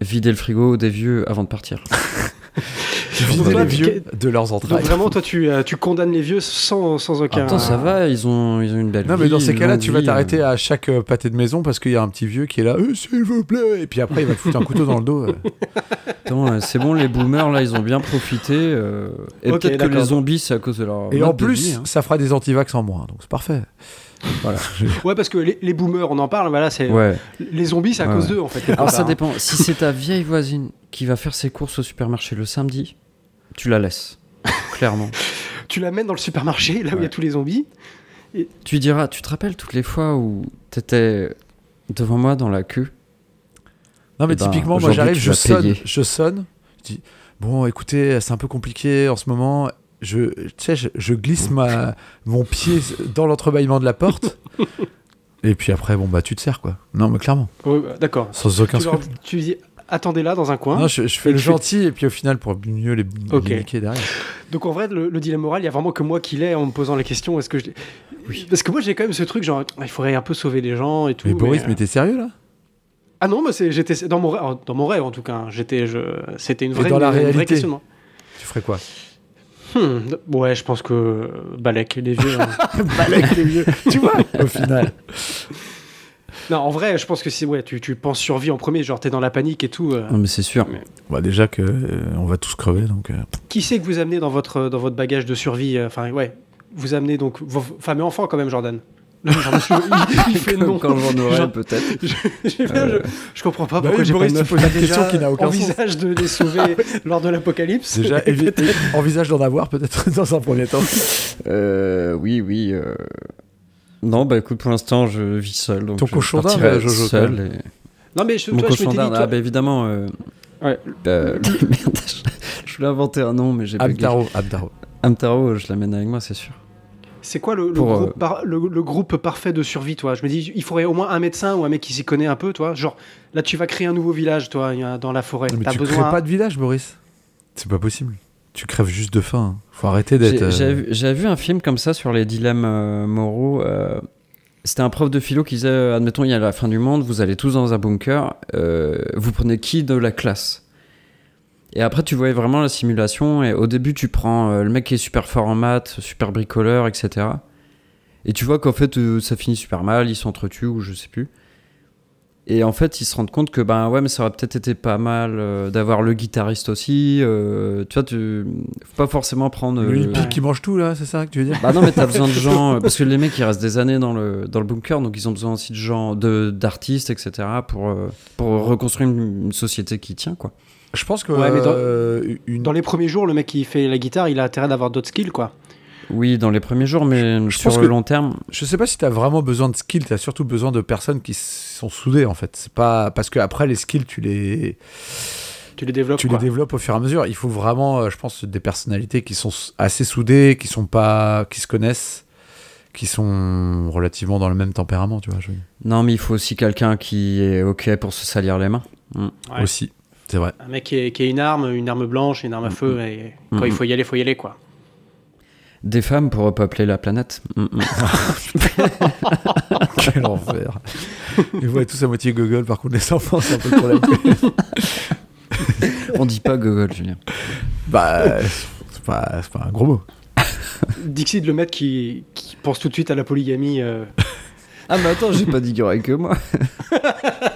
Speaker 1: vider le frigo des vieux avant de partir.
Speaker 3: Vider
Speaker 4: Donc,
Speaker 3: les
Speaker 4: toi,
Speaker 3: vieux de leurs
Speaker 4: Donc,
Speaker 3: entrailles.
Speaker 4: vraiment, toi, tu, euh, tu condamnes les vieux sans, sans aucun.
Speaker 1: Attends, ça va, ils ont, ils ont une belle
Speaker 3: Non,
Speaker 1: vie.
Speaker 3: mais dans ces
Speaker 1: une
Speaker 3: cas-là,
Speaker 1: longue
Speaker 3: tu vas
Speaker 1: vie,
Speaker 3: t'arrêter
Speaker 1: euh.
Speaker 3: à chaque euh, pâté de maison parce qu'il y a un petit vieux qui est là, Euh, s'il vous plaît, et puis après il va te foutre un couteau dans le dos. euh.
Speaker 1: Attends, euh, c'est bon, les boomers, là, ils ont bien profité. euh, Et
Speaker 4: Ok,
Speaker 1: peut-être que les
Speaker 4: d'accord.
Speaker 1: zombies, c'est à cause de leur.
Speaker 3: Et
Speaker 1: mode
Speaker 3: en
Speaker 1: de vie,
Speaker 3: plus,
Speaker 1: hein.
Speaker 3: ça fera des antivax en moins, donc c'est parfait.
Speaker 4: Ouais, parce que les, les boomers, on en parle, voilà, c'est.
Speaker 1: Ouais.
Speaker 4: Les zombies, c'est à
Speaker 1: Ouais,
Speaker 4: cause
Speaker 1: ouais.
Speaker 4: d'eux, en fait.
Speaker 1: Alors, ça
Speaker 4: Hein.
Speaker 1: dépend. Si c'est ta vieille voisine qui va faire ses courses au supermarché le samedi, tu la laisses. Clairement.
Speaker 4: Tu l'amènes dans le supermarché, là où il y
Speaker 1: Ouais.
Speaker 4: a tous les zombies.
Speaker 1: Tu diras, tu te rappelles toutes les fois où t'étais devant moi dans la queue
Speaker 3: Non, mais
Speaker 1: Eh ben,
Speaker 3: typiquement, moi
Speaker 1: aujourd'hui,
Speaker 3: j'arrive,
Speaker 1: tu
Speaker 3: je
Speaker 1: vas
Speaker 3: sonne,
Speaker 1: payer.
Speaker 3: je sonne, je dis Bon, écoutez, c'est un peu compliqué en ce moment. Je, tu sais, je, je glisse ma, mon pied dans l'entrebâillement de la porte. et puis après, bon, bah tu te sers quoi. Non, mais clairement,
Speaker 4: Ouais, bah, D'accord.
Speaker 3: sans aucun
Speaker 4: Tu, leur-
Speaker 3: scrupule.
Speaker 4: tu dis, attendez là dans un coin.
Speaker 3: Non, je, je fais
Speaker 4: Et
Speaker 3: le
Speaker 4: tu-
Speaker 3: gentil et puis au final, pour mieux les, les
Speaker 4: Ok.
Speaker 3: niquer derrière.
Speaker 4: Donc en vrai, le, le dilemme moral, il y a vraiment que moi qui l'ai en me posant la question. Est-ce que je... Parce que moi, j'ai quand même ce truc, genre, il faudrait un peu sauver les gens et tout.
Speaker 3: Mais Boris,
Speaker 4: euh,
Speaker 3: mais t'es sérieux là
Speaker 4: Ah non, mais c'est- j'étais dans mon rêve, dans mon rêve en tout cas. hein, J'étais, je, c'était une
Speaker 3: Et
Speaker 4: vraie,
Speaker 3: dans la
Speaker 4: un vrai
Speaker 3: réalité
Speaker 4: questionnement.
Speaker 3: Tu ferais quoi
Speaker 4: Hmm, ouais, je pense que euh, Balek, les vieux. hein.
Speaker 3: Tu vois, au final.
Speaker 4: non, en vrai, je pense que si, ouais, tu, tu penses survie en premier, genre t'es dans la panique et tout. euh.
Speaker 3: Hmm.
Speaker 1: Non, mais c'est sûr.
Speaker 3: Bah, déjà que euh, on va tous crever donc. euh,
Speaker 4: Qui c'est que vous amenez dans votre, euh, dans votre bagage de survie euh, Enfin, ouais, vous amenez donc vos femmes et enfants quand même, Jordan. Là, genre, monsieur, il, il fait
Speaker 1: Comme
Speaker 4: non.
Speaker 1: quand j'en aurais,
Speaker 4: Genre-
Speaker 1: peut-être.
Speaker 4: je, j'ai fait, je- je comprends pas
Speaker 3: Bah
Speaker 4: pourquoi
Speaker 3: oui,
Speaker 4: j'ai pas
Speaker 3: Boris,
Speaker 4: de
Speaker 3: tu
Speaker 4: meuf
Speaker 3: poses
Speaker 4: là,
Speaker 3: une question
Speaker 4: déjà
Speaker 3: qui n'a aucun sens. Ah
Speaker 4: envisage de les sauver lors de l'apocalypse.
Speaker 3: Déjà, évi- é- envisage d'en avoir peut-être dans un premier temps.
Speaker 1: Euh, oui, oui. euh. Non, bah écoute, pour l'instant, je vis seul. Donc
Speaker 3: Ton
Speaker 1: je
Speaker 3: cochon d'Inde,
Speaker 4: euh,
Speaker 1: partirai
Speaker 3: Jojo,
Speaker 1: seul.
Speaker 3: quand
Speaker 1: et-
Speaker 4: Non mais je,
Speaker 1: Mon
Speaker 4: toi, je
Speaker 1: cochon
Speaker 4: m'étais dit,
Speaker 1: d'Inde,
Speaker 4: toi,
Speaker 1: ah, bah évidemment. euh,
Speaker 4: Ouais.
Speaker 1: euh, merde, je- je voulais inventer un nom, mais j'ai pas
Speaker 3: Abdaro, Abdaro.
Speaker 1: Amtaro, euh, je l'amène avec moi, c'est sûr.
Speaker 4: c'est quoi le, le
Speaker 1: Pour,
Speaker 4: groupe
Speaker 1: euh,
Speaker 4: par- le- le groupe parfait de survie, toi Je me dis, il faudrait au moins un médecin ou un mec qui s'y connaît un peu, toi. Genre, là, tu vas créer un nouveau village, toi, il y a- dans la forêt.
Speaker 3: Mais
Speaker 4: T'as
Speaker 3: tu crées
Speaker 4: besoin.
Speaker 3: pas de village, Boris. C'est pas possible. Tu crèves juste de faim. hein. Faut arrêter d'être.
Speaker 1: J'ai-
Speaker 3: euh,
Speaker 1: J'avais vu- j'avais vu un film comme ça sur les dilemmes euh, moraux. euh, C'était un prof de philo qui disait euh, admettons, il y a la fin du monde, vous allez tous dans un bunker, euh, vous prenez qui de la classe Et après, tu voyais vraiment la simulation. Et au début, tu prends euh, le mec qui est super fort en maths, super bricoleur, etc. Et tu vois qu'en fait, euh, ça finit super mal, ils s'entretuent ou je sais plus. Et en fait, ils se rendent compte que ben ouais, mais ça aurait peut-être été pas mal euh, d'avoir le guitariste aussi. euh, tu vois, tu faut pas forcément prendre
Speaker 3: Le
Speaker 1: euh,
Speaker 3: hippie
Speaker 4: Ouais.
Speaker 3: qui mange tout, là, c'est ça que tu veux dire
Speaker 1: bah non, mais t'as besoin de gens. euh, Parce que les mecs, ils restent des années dans le, dans le bunker, donc ils ont besoin aussi de gens, de- d'artistes, etc., pour, euh, pour reconstruire une, une société qui tient, quoi.
Speaker 3: Je pense que.
Speaker 4: Ouais, mais dans-
Speaker 3: euh, une...
Speaker 4: Dans les premiers jours, le mec qui fait la guitare, il a intérêt d'avoir d'autres skills, quoi.
Speaker 1: Oui, dans les premiers jours, mais
Speaker 3: je
Speaker 1: sur
Speaker 3: pense
Speaker 1: le
Speaker 3: que-
Speaker 1: long terme,
Speaker 3: Je sais pas si t'as vraiment besoin de skills, t'as surtout besoin de personnes qui s- sont soudées, en fait. C'est pas. Parce que après, les skills, tu les.
Speaker 4: Tu les développes.
Speaker 3: tu
Speaker 4: quoi.
Speaker 3: les développes au fur et à mesure. Il faut vraiment, euh, je pense, des personnalités qui sont s- assez soudées, qui sont pas, qui se connaissent, qui sont relativement dans le même tempérament, tu vois. je veux dire.
Speaker 1: non, mais il faut aussi quelqu'un qui est OK pour se salir les mains.
Speaker 4: Ouais.
Speaker 3: Aussi, c'est vrai.
Speaker 4: Un mec qui est- qui a une arme, une arme blanche, une arme à
Speaker 3: Mm,
Speaker 4: feu, et quand
Speaker 1: Mhm.
Speaker 4: il faut y aller, faut y aller, quoi.
Speaker 1: Des femmes pour repeupler la planète. Mm, mm.
Speaker 3: Quel enfer. Ils voient tous à moitié Google, par contre, les enfants, c'est un peu le problème.
Speaker 1: On dit pas gogol, Julien.
Speaker 3: Bah, c'est pas, c'est pas un gros mot.
Speaker 4: Dixie de le mettre qui, qui pense tout de suite à la polygamie. euh.
Speaker 1: Ah, mais attends, j'ai pas dit qu'il y aurait que moi.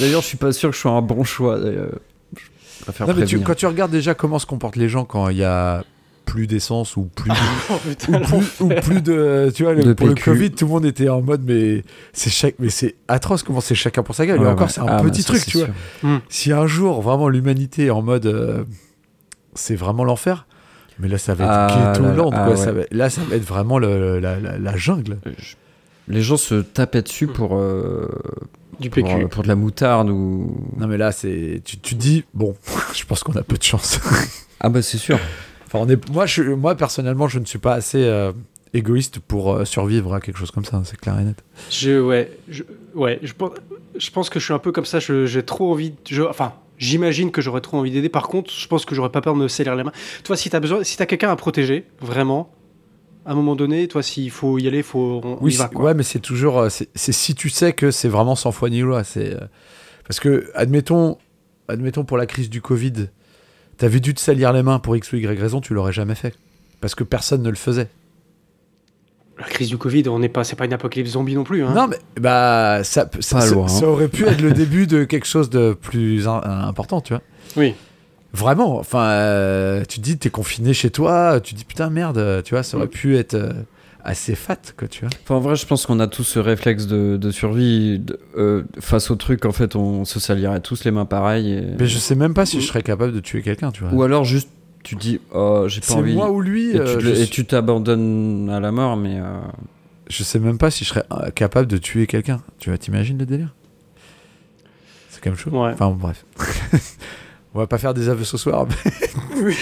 Speaker 1: d'ailleurs, je suis pas sûr que je sois un bon choix. d'ailleurs. Je préfère
Speaker 3: Non, mais tu-
Speaker 1: prévenir.
Speaker 3: quand tu regardes déjà comment se comportent les gens quand il y a plus d'essence ou plus
Speaker 4: Oh putain,
Speaker 3: ou plus, ou plus de tu vois le-
Speaker 1: De
Speaker 3: pour le
Speaker 1: PQ.
Speaker 3: Covid tout le monde était en mode mais c'est chaque mais c'est atroce comment c'est chacun pour sa gueule et
Speaker 1: Ouais,
Speaker 3: encore
Speaker 1: ouais.
Speaker 3: c'est un
Speaker 1: Ah, bah,
Speaker 3: petit
Speaker 1: ça,
Speaker 3: truc
Speaker 1: c'est
Speaker 3: tu vois
Speaker 1: sûr.
Speaker 3: si un jour vraiment l'humanité est en mode euh, c'est vraiment l'enfer mais là ça va être
Speaker 1: Ah,
Speaker 3: ghetto-land,
Speaker 1: là,
Speaker 3: quoi.
Speaker 1: ah,
Speaker 3: Ça va- là ça va être vraiment le- la, la- la jungle
Speaker 1: Je- Les gens se tapaient dessus pour, euh,
Speaker 4: du
Speaker 1: pour,
Speaker 4: PQ.
Speaker 1: euh, pour de la moutarde ou.
Speaker 3: non mais là c'est tu, tu te dis bon je pense qu'on a peu de chance
Speaker 1: Ah, bah, c'est sûr.
Speaker 3: Enfin, on est, moi, je, moi, personnellement, je ne suis pas assez euh, égoïste pour euh, survivre à quelque chose comme ça, hein, c'est clair et net.
Speaker 4: Je, ouais, je, ouais je, pense- je pense que je suis un peu comme ça. je- J'ai trop envie. de- je- enfin, j'imagine que j'aurais trop envie d'aider. Par contre, je pense que j'aurais pas peur de me salir la main. Toi, si t'as besoin, si t'as quelqu'un à protéger, vraiment, à un moment donné, toi, s'il faut y aller, faut, on y
Speaker 3: c'est-
Speaker 4: va. Quoi.
Speaker 3: ouais, mais c'est toujours. euh, C'est c'est si tu sais que c'est vraiment sans foi ni loi. c'est, euh, parce que, admettons, admettons pour la crise du Covid, t'avais dû te salir les mains pour X ou Y raison, tu l'aurais jamais fait. Parce que personne ne le faisait.
Speaker 4: La crise du Covid, on n'est pas, c'est pas une apocalypse zombie non plus. Hein.
Speaker 3: Non, mais bah, ça, ça,
Speaker 1: Pas
Speaker 3: ça-
Speaker 1: loin, hein.
Speaker 3: ça aurait pu être le début de quelque chose de plus im- euh, important, tu vois.
Speaker 4: Oui.
Speaker 3: Vraiment, enfin, euh, tu te dis, t'es confiné chez toi, tu te dis, putain, merde, euh, tu vois, ça
Speaker 4: Mm.
Speaker 3: aurait pu être euh, assez fat, quoi, tu vois.
Speaker 1: Enfin, en vrai, je pense qu'on a tous ce réflexe de, de survie de- euh, face au truc. En fait, on se salirait tous les mains pareilles. et-
Speaker 3: Mais je sais même pas si
Speaker 4: Mm.
Speaker 3: je serais capable de tuer quelqu'un, tu vois.
Speaker 1: Ou alors, juste, tu dis, oh, j'ai pas
Speaker 3: C'est
Speaker 1: envie.
Speaker 3: moi ou lui,
Speaker 1: et,
Speaker 3: euh,
Speaker 1: tu, le-
Speaker 3: je,
Speaker 1: et tu t'abandonnes à la mort, mais. euh,
Speaker 3: je sais même pas si je serais euh, capable de tuer quelqu'un, tu vois, t'imagines le délire C'est quand même chaud.
Speaker 4: Ouais.
Speaker 3: Enfin, bon, bref. On va pas faire des aveux ce soir. mais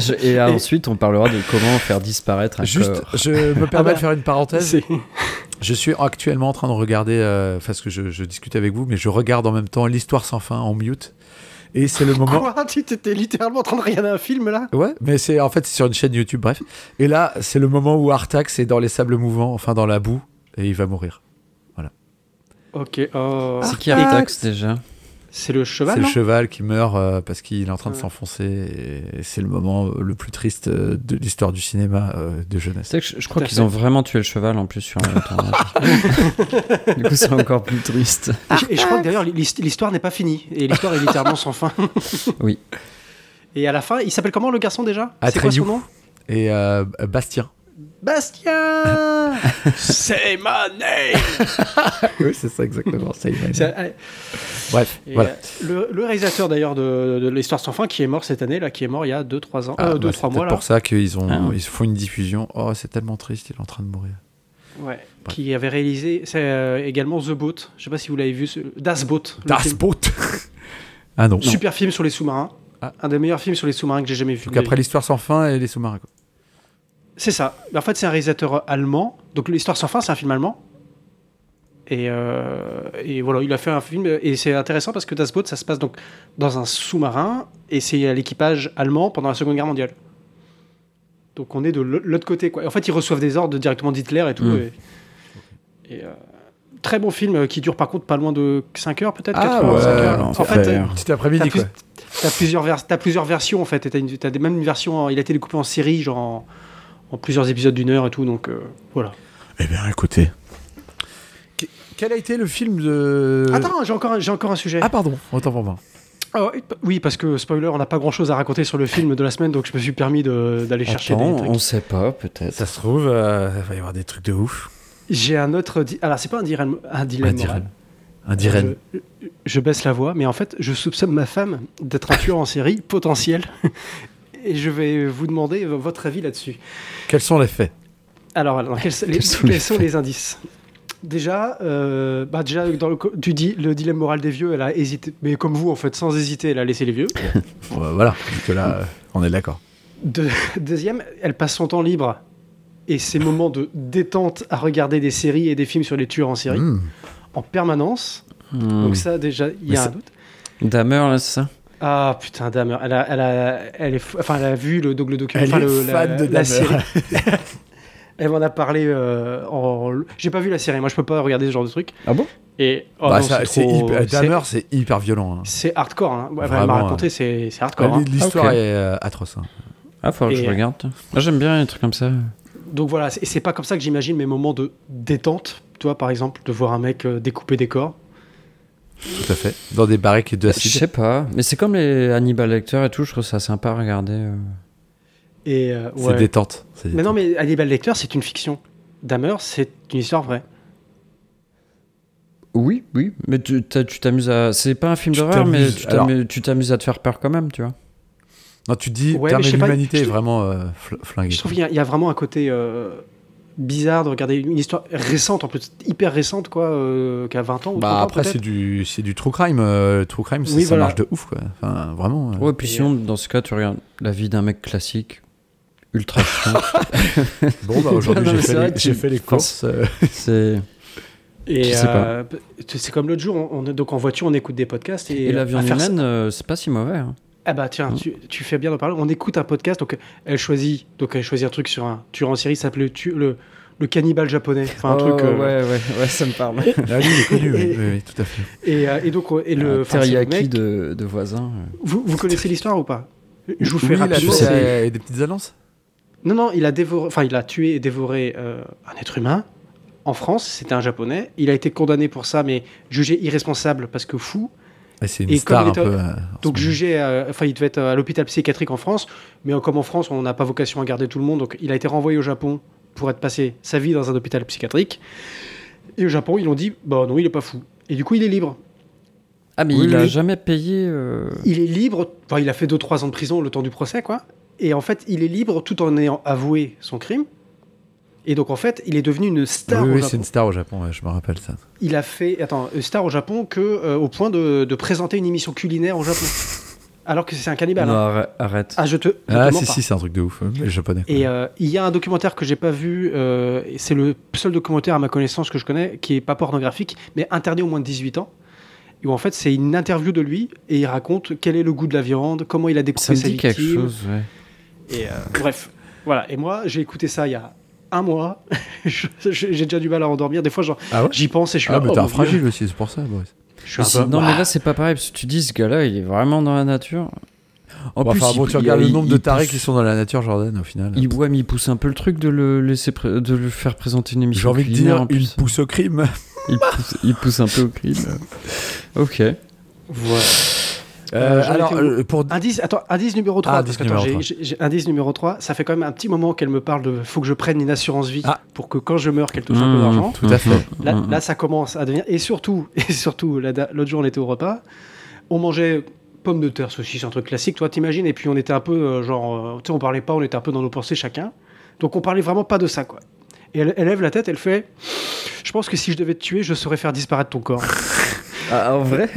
Speaker 1: Je- Et, là, ensuite, on parlera de comment faire disparaître un
Speaker 3: Juste,
Speaker 1: corps.
Speaker 3: je me permets
Speaker 4: bah.
Speaker 3: de faire une parenthèse.
Speaker 4: C'est-
Speaker 3: Je suis actuellement en train de regarder, euh, enfin, parce que je, je discute avec vous, mais je regarde en même temps l'histoire sans fin en mute. Et c'est le moment.
Speaker 4: Quoi Tu étais littéralement en train de regarder un film là
Speaker 3: ouais, mais c'est en fait c'est sur une chaîne YouTube, bref. Et là, c'est le moment où Artax est dans les sables mouvants, enfin dans la boue, et il va mourir.
Speaker 4: Ok.
Speaker 3: Ah,
Speaker 4: oh.
Speaker 1: C'est qui Artax déjà
Speaker 4: C'est le cheval.
Speaker 3: C'est le
Speaker 4: là
Speaker 3: cheval qui meurt euh, parce qu'il est en train de
Speaker 4: Ouais.
Speaker 3: s'enfoncer, et c'est le moment euh, le plus triste euh, de l'histoire du cinéma euh, de jeunesse.
Speaker 1: C'est que je, je crois
Speaker 4: à
Speaker 1: qu'ils
Speaker 4: fait.
Speaker 1: ont vraiment tué le cheval en plus sur un tournage. du coup, c'est encore plus triste.
Speaker 4: Et, et je crois que d'ailleurs l'hist- l'histoire n'est pas finie. Et l'histoire est littéralement sans fin.
Speaker 1: Oui.
Speaker 4: Et à la fin, il s'appelle comment le garçon déjà C'est quoi
Speaker 3: Atreyu.
Speaker 4: son nom
Speaker 3: Et euh, Bastien.
Speaker 4: Bastien C'est ma name
Speaker 3: oui, c'est ça exactement. ça, il va-
Speaker 4: C'est- allez.
Speaker 3: Bref,
Speaker 4: Et,
Speaker 3: voilà.
Speaker 4: euh, le, le réalisateur d'ailleurs de, de l'histoire sans fin qui est mort cette année, là, qui est mort il y a 2-3 ans, 2-3
Speaker 3: Ah, bah, c'est peut-être
Speaker 4: mois là,
Speaker 3: pour ça qu'ils ont,
Speaker 1: Ah, ouais.
Speaker 3: ils font une diffusion. Oh, c'est tellement triste, il est en train de mourir.
Speaker 4: Ouais. qui avait réalisé c'est, euh, également The Boat. Je sais pas si vous l'avez vu, ce- Das Boat. le film.
Speaker 3: Boot Ah non.
Speaker 4: Super film sur les sous-marins.
Speaker 3: Ah.
Speaker 4: Un des meilleurs films sur les sous-marins que j'ai jamais vu.
Speaker 3: Donc après l'histoire sans fin et les sous-marins. quoi.
Speaker 4: C'est ça. En fait, c'est un réalisateur allemand. Donc, L'Histoire sans fin, c'est un film allemand. Et, euh, et voilà, il a fait un film. Et c'est intéressant parce que Das Boot, ça se passe donc dans un sous-marin. Et c'est à l'équipage allemand pendant la Seconde Guerre mondiale. Donc, on est de l'au- l'autre côté. Quoi. Et en fait, ils reçoivent des ordres directement d'Hitler et tout.
Speaker 1: Mm.
Speaker 4: Et, et, euh, très bon film euh, qui dure par contre pas loin de 5 heures, peut-être
Speaker 3: Ah,
Speaker 4: 4
Speaker 3: ouais,
Speaker 4: heures.
Speaker 1: non,
Speaker 4: en fait,
Speaker 1: c'est
Speaker 4: euh,
Speaker 1: clair.
Speaker 3: Petit après-midi
Speaker 4: T'as plus-
Speaker 3: quoi.
Speaker 4: T'as plusieurs, vers- t'as plusieurs versions en fait, et t'as, une- t'as des, même une version, en- il a été découpé en série, genre en, en plusieurs épisodes d'une heure et tout, donc euh, voilà.
Speaker 3: Eh bien écoutez. Quel a été le film de.
Speaker 1: Euh,
Speaker 4: Attends, j'ai encore, un, j'ai encore un sujet.
Speaker 3: Ah pardon, autant pour moi.
Speaker 4: Ah ouais, oui, parce que spoiler, on n'a pas grand chose à raconter sur le film de la semaine, donc je me suis permis de- d'aller chercher
Speaker 1: Attends,
Speaker 4: des trucs.
Speaker 1: on sait pas, peut-être.
Speaker 3: Ça se trouve, euh, il va y avoir des trucs de ouf.
Speaker 4: J'ai un autre. di- Alors, c'est pas un dilemme, un dilemme
Speaker 3: Un
Speaker 4: moral.
Speaker 3: direm. Un direm.
Speaker 4: Je, je baisse la voix, mais en fait, je soupçonne ma femme d'être un tueur en série potentiel. Et je vais vous demander v- votre avis là-dessus.
Speaker 3: Quels sont les faits
Speaker 4: Alors, voilà, donc, quels, les-
Speaker 1: Quels
Speaker 4: quels
Speaker 1: sont
Speaker 4: sont,
Speaker 1: les
Speaker 4: les, indices Déjà, euh, bah déjà dans le, co- tu dis le dilemme moral des vieux, elle a hésité, mais comme vous en fait, sans hésiter, elle a laissé les vieux.
Speaker 3: Bon, bah, Voilà, parce que là, euh, on est d'accord.
Speaker 4: De- deuxième, elle passe son temps libre et ses moments de détente à regarder des séries et des films sur les tueurs en série
Speaker 3: Hmm.
Speaker 4: en permanence.
Speaker 1: Hmm.
Speaker 4: Donc ça, déjà, il y
Speaker 3: Mmh. Mais
Speaker 4: a un
Speaker 3: ça-
Speaker 4: doute.
Speaker 1: Dahmer, là, c'est ça
Speaker 4: Ah putain, Dahmer, elle a, elle a- elle est, fou- enfin, elle a vu le, donc, le
Speaker 3: Elle
Speaker 4: documentaire, enfin,
Speaker 3: est
Speaker 4: le-
Speaker 3: fan
Speaker 4: la,
Speaker 3: de Bah,
Speaker 4: la
Speaker 3: Dahmer.
Speaker 4: série. Elle m'en a parlé. euh, en... J'ai pas vu la série, moi je peux pas regarder ce genre de truc.
Speaker 1: Ah bon
Speaker 4: Et oh
Speaker 3: Bah,
Speaker 4: non,
Speaker 3: ça-
Speaker 4: c'est
Speaker 3: c'est
Speaker 4: trop-
Speaker 3: hyper-
Speaker 4: c'est-
Speaker 3: Dahmer, c'est hyper violent. hein.
Speaker 4: C'est hardcore. Hein. Ouais,
Speaker 3: Vraiment,
Speaker 4: elle m'a
Speaker 3: hein.
Speaker 4: raconté, c'est c'est hardcore. hein.
Speaker 3: L'histoire
Speaker 1: Ah, ok.
Speaker 3: est euh, atroce. hein.
Speaker 1: Ah, faudra que
Speaker 4: Et- euh,
Speaker 1: je regarde. tiens. Moi, j'aime bien les trucs comme ça.
Speaker 4: Donc voilà, c'est c'est pas comme ça que j'imagine mes moments de détente. Toi, par exemple, de voir un mec euh, découper des corps.
Speaker 3: Tout à fait. Dans des barriques
Speaker 4: Euh,
Speaker 1: Je
Speaker 3: d'acide.
Speaker 1: sais pas. Mais c'est comme les Hannibal Lecter et tout, je trouve ça sympa à regarder. euh.
Speaker 4: Et euh,
Speaker 3: C'est
Speaker 4: ouais.
Speaker 3: détente. c'est
Speaker 4: Mais non,
Speaker 3: détente.
Speaker 4: mais Hannibal Lecter, c'est une fiction. Dahmer, c'est une histoire vraie.
Speaker 1: Oui, oui. Mais tu t'as- tu t'amuses à. C'est pas un film
Speaker 3: Tu
Speaker 1: d'horreur, mais
Speaker 3: t'amuses-
Speaker 1: tu
Speaker 3: alors-
Speaker 1: t'amuses- tu t'amuses à te faire peur quand même, tu vois.
Speaker 3: Non, tu te dis,
Speaker 4: Ouais,
Speaker 3: putain,
Speaker 4: mais je
Speaker 3: mais
Speaker 4: sais pas,
Speaker 3: l'humanité
Speaker 4: je
Speaker 3: est
Speaker 4: te-
Speaker 3: vraiment euh, fl- flinguée.
Speaker 4: Je trouve qu'il y, a- il y a vraiment un côté euh, bizarre de regarder une histoire récente, en plus hyper récente, quoi, euh, qui a 20 ans ou 30
Speaker 3: Bah
Speaker 4: ans,
Speaker 3: après
Speaker 4: peut-être.
Speaker 3: c'est du c'est du true crime, euh, true crime ça,
Speaker 4: Oui,
Speaker 3: ça
Speaker 4: voilà.
Speaker 3: marche de ouf quoi. Enfin vraiment. euh.
Speaker 1: Ouais, puis
Speaker 4: Et,
Speaker 1: sinon, dans ce cas, tu regardes la vie d'un mec classique, ultra chiant.
Speaker 3: Bon bah aujourd'hui
Speaker 1: Non,
Speaker 3: j'ai
Speaker 1: mais c'est
Speaker 3: fait,
Speaker 1: vrai
Speaker 3: les-
Speaker 1: que
Speaker 3: j'ai
Speaker 1: tu-
Speaker 3: fait les
Speaker 1: je pense-
Speaker 3: courses. euh,
Speaker 1: c'est. Je
Speaker 4: Et
Speaker 1: sais pas.
Speaker 4: euh, p- c'est comme l'autre jour, on, on est- donc en voiture, on écoute des podcasts. Et,
Speaker 1: Et l'avion
Speaker 4: à faire ça-
Speaker 1: humaine, euh, c'est pas si mauvais. hein.
Speaker 4: Ah bah tiens, tu, tu fais bien d'en parler. On écoute un podcast, donc elle choisit, donc elle choisit un truc sur un tueur en série, ça s'appelait le, tu- le, le cannibale japonais. Enfin, un truc. euh,
Speaker 1: Oh, Ouais, ouais, ouais, ça me parle.
Speaker 3: Ah oui, il est connu, oui, oui, oui, tout à fait.
Speaker 4: Et, euh, et donc, euh, et le.
Speaker 1: Un
Speaker 4: enfin, c'est le
Speaker 1: teriyaki
Speaker 4: mec-
Speaker 1: de, de voisin. euh.
Speaker 4: vous, vous connaissez l'histoire ou pas Je vous fais
Speaker 3: Oui, il a
Speaker 4: rapidement.
Speaker 3: fait,
Speaker 4: c'est-
Speaker 3: euh, des petites annonces.
Speaker 4: Non, non, il a dévoré, enfin, il a tué et dévoré euh, un être humain en France. C'était un japonais. Il a été condamné pour ça, mais jugé irresponsable parce que fou.
Speaker 3: Et c'est une
Speaker 4: Et comme
Speaker 3: star
Speaker 4: il
Speaker 3: un
Speaker 4: était-
Speaker 3: peu. euh, en
Speaker 4: Donc
Speaker 3: ce moment.
Speaker 4: jugé, euh, enfin il devait être à l'hôpital psychiatrique en France, mais euh, comme en France on n'a pas vocation à garder tout le monde, donc il a été renvoyé au Japon pour être passé sa vie dans un hôpital psychiatrique. Et au Japon ils l'ont dit, bah non il est pas fou. Et du coup il est libre.
Speaker 1: Ah, mais
Speaker 4: Oui,
Speaker 1: il a
Speaker 4: oui.
Speaker 1: jamais payé. euh,
Speaker 4: Il est libre, enfin il a fait 2-3 ans de prison le temps du procès quoi. Et en fait il est libre tout en ayant avoué son crime. Et donc en fait il est devenu une star
Speaker 3: Oui,
Speaker 4: au
Speaker 3: oui,
Speaker 4: Japon.
Speaker 3: c'est une star au Japon, ouais, je me rappelle ça.
Speaker 4: Il a fait, attends, euh, star au Japon que euh, au point de, de présenter une émission culinaire au Japon. Alors que c'est un cannibale.
Speaker 1: non,
Speaker 4: hein.
Speaker 1: arrête. arrête.
Speaker 4: Ah je te, je te
Speaker 3: Ah
Speaker 4: mens
Speaker 3: si
Speaker 4: pas.
Speaker 3: si, c'est un truc de ouf, euh, les japonais. quoi.
Speaker 4: Et euh, il y a un documentaire que j'ai pas vu, euh, et c'est le seul documentaire à ma connaissance que je connais qui est pas pornographique, mais interdit au moins de 18 ans. Et Où en fait c'est une interview de lui et il raconte quel est le goût de la viande, comment il a découpé
Speaker 1: ça me
Speaker 4: sa
Speaker 1: dit quelque
Speaker 4: victime.
Speaker 1: chose, ouais.
Speaker 4: Et euh, bref, voilà. Et moi j'ai écouté ça il y a un mois. Je- je- j'ai déjà du mal à endormir. Des fois genre,
Speaker 3: Ah ouais.
Speaker 4: j'y pense et je suis
Speaker 3: Ah
Speaker 4: là.
Speaker 3: mais
Speaker 4: oh,
Speaker 3: t'es
Speaker 4: mon
Speaker 3: un
Speaker 4: Dieu.
Speaker 3: fragile aussi, c'est pour ça Boris.
Speaker 4: Je suis un
Speaker 1: Si-
Speaker 4: peu-
Speaker 1: non, mais
Speaker 4: bah,
Speaker 1: là, c'est pas pareil, parce que tu dis, ce gars-là, il est vraiment dans la nature. En
Speaker 3: Bon,
Speaker 1: plus,
Speaker 3: enfin
Speaker 1: il-
Speaker 3: bon, tu
Speaker 1: il-
Speaker 3: regardes le
Speaker 1: il-
Speaker 3: nombre
Speaker 1: il
Speaker 3: de tarés
Speaker 1: pousse-
Speaker 3: qui sont dans la nature Jordan au final.
Speaker 1: Il, ouais, mais il pousse un peu le truc de le laisser pré- de le faire présenter une émission.
Speaker 3: J'ai envie de
Speaker 1: culinaire,
Speaker 3: dire,
Speaker 1: en
Speaker 3: il
Speaker 1: plus.
Speaker 3: pousse au crime.
Speaker 1: Il pousse, il pousse un peu au crime. Ok.
Speaker 4: voilà.
Speaker 3: Euh,
Speaker 4: j'en
Speaker 3: Alors
Speaker 4: étais où
Speaker 3: euh, pour
Speaker 4: Indice, attends, indice numéro 3.
Speaker 3: Ah,
Speaker 4: parce
Speaker 3: indice
Speaker 4: que, attends,
Speaker 3: numéro
Speaker 4: j'ai-
Speaker 3: trois.
Speaker 4: j'ai- j'ai- indice numéro 3, ça fait quand même un petit moment qu'elle me parle de faut que je prenne une assurance vie
Speaker 3: Ah.
Speaker 4: pour que quand je meurs, qu'elle touche un peu
Speaker 1: Mmh,
Speaker 4: d'argent.
Speaker 3: Tout à fait.
Speaker 1: mmh,
Speaker 4: Là,
Speaker 1: mmh.
Speaker 4: là, ça commence à devenir. Et surtout, et surtout la da- l'autre jour, on était au repas, on mangeait pommes de terre, saucisses, un truc classique, toi, t'imagines, et puis on était un peu, euh, genre, euh, tu sais, on parlait pas, on était un peu dans nos pensées chacun. Donc on parlait vraiment pas de ça, quoi. Et elle, elle lève la tête, elle fait Je pense que si je devais te tuer, je saurais faire disparaître ton corps.
Speaker 1: Ah, en vrai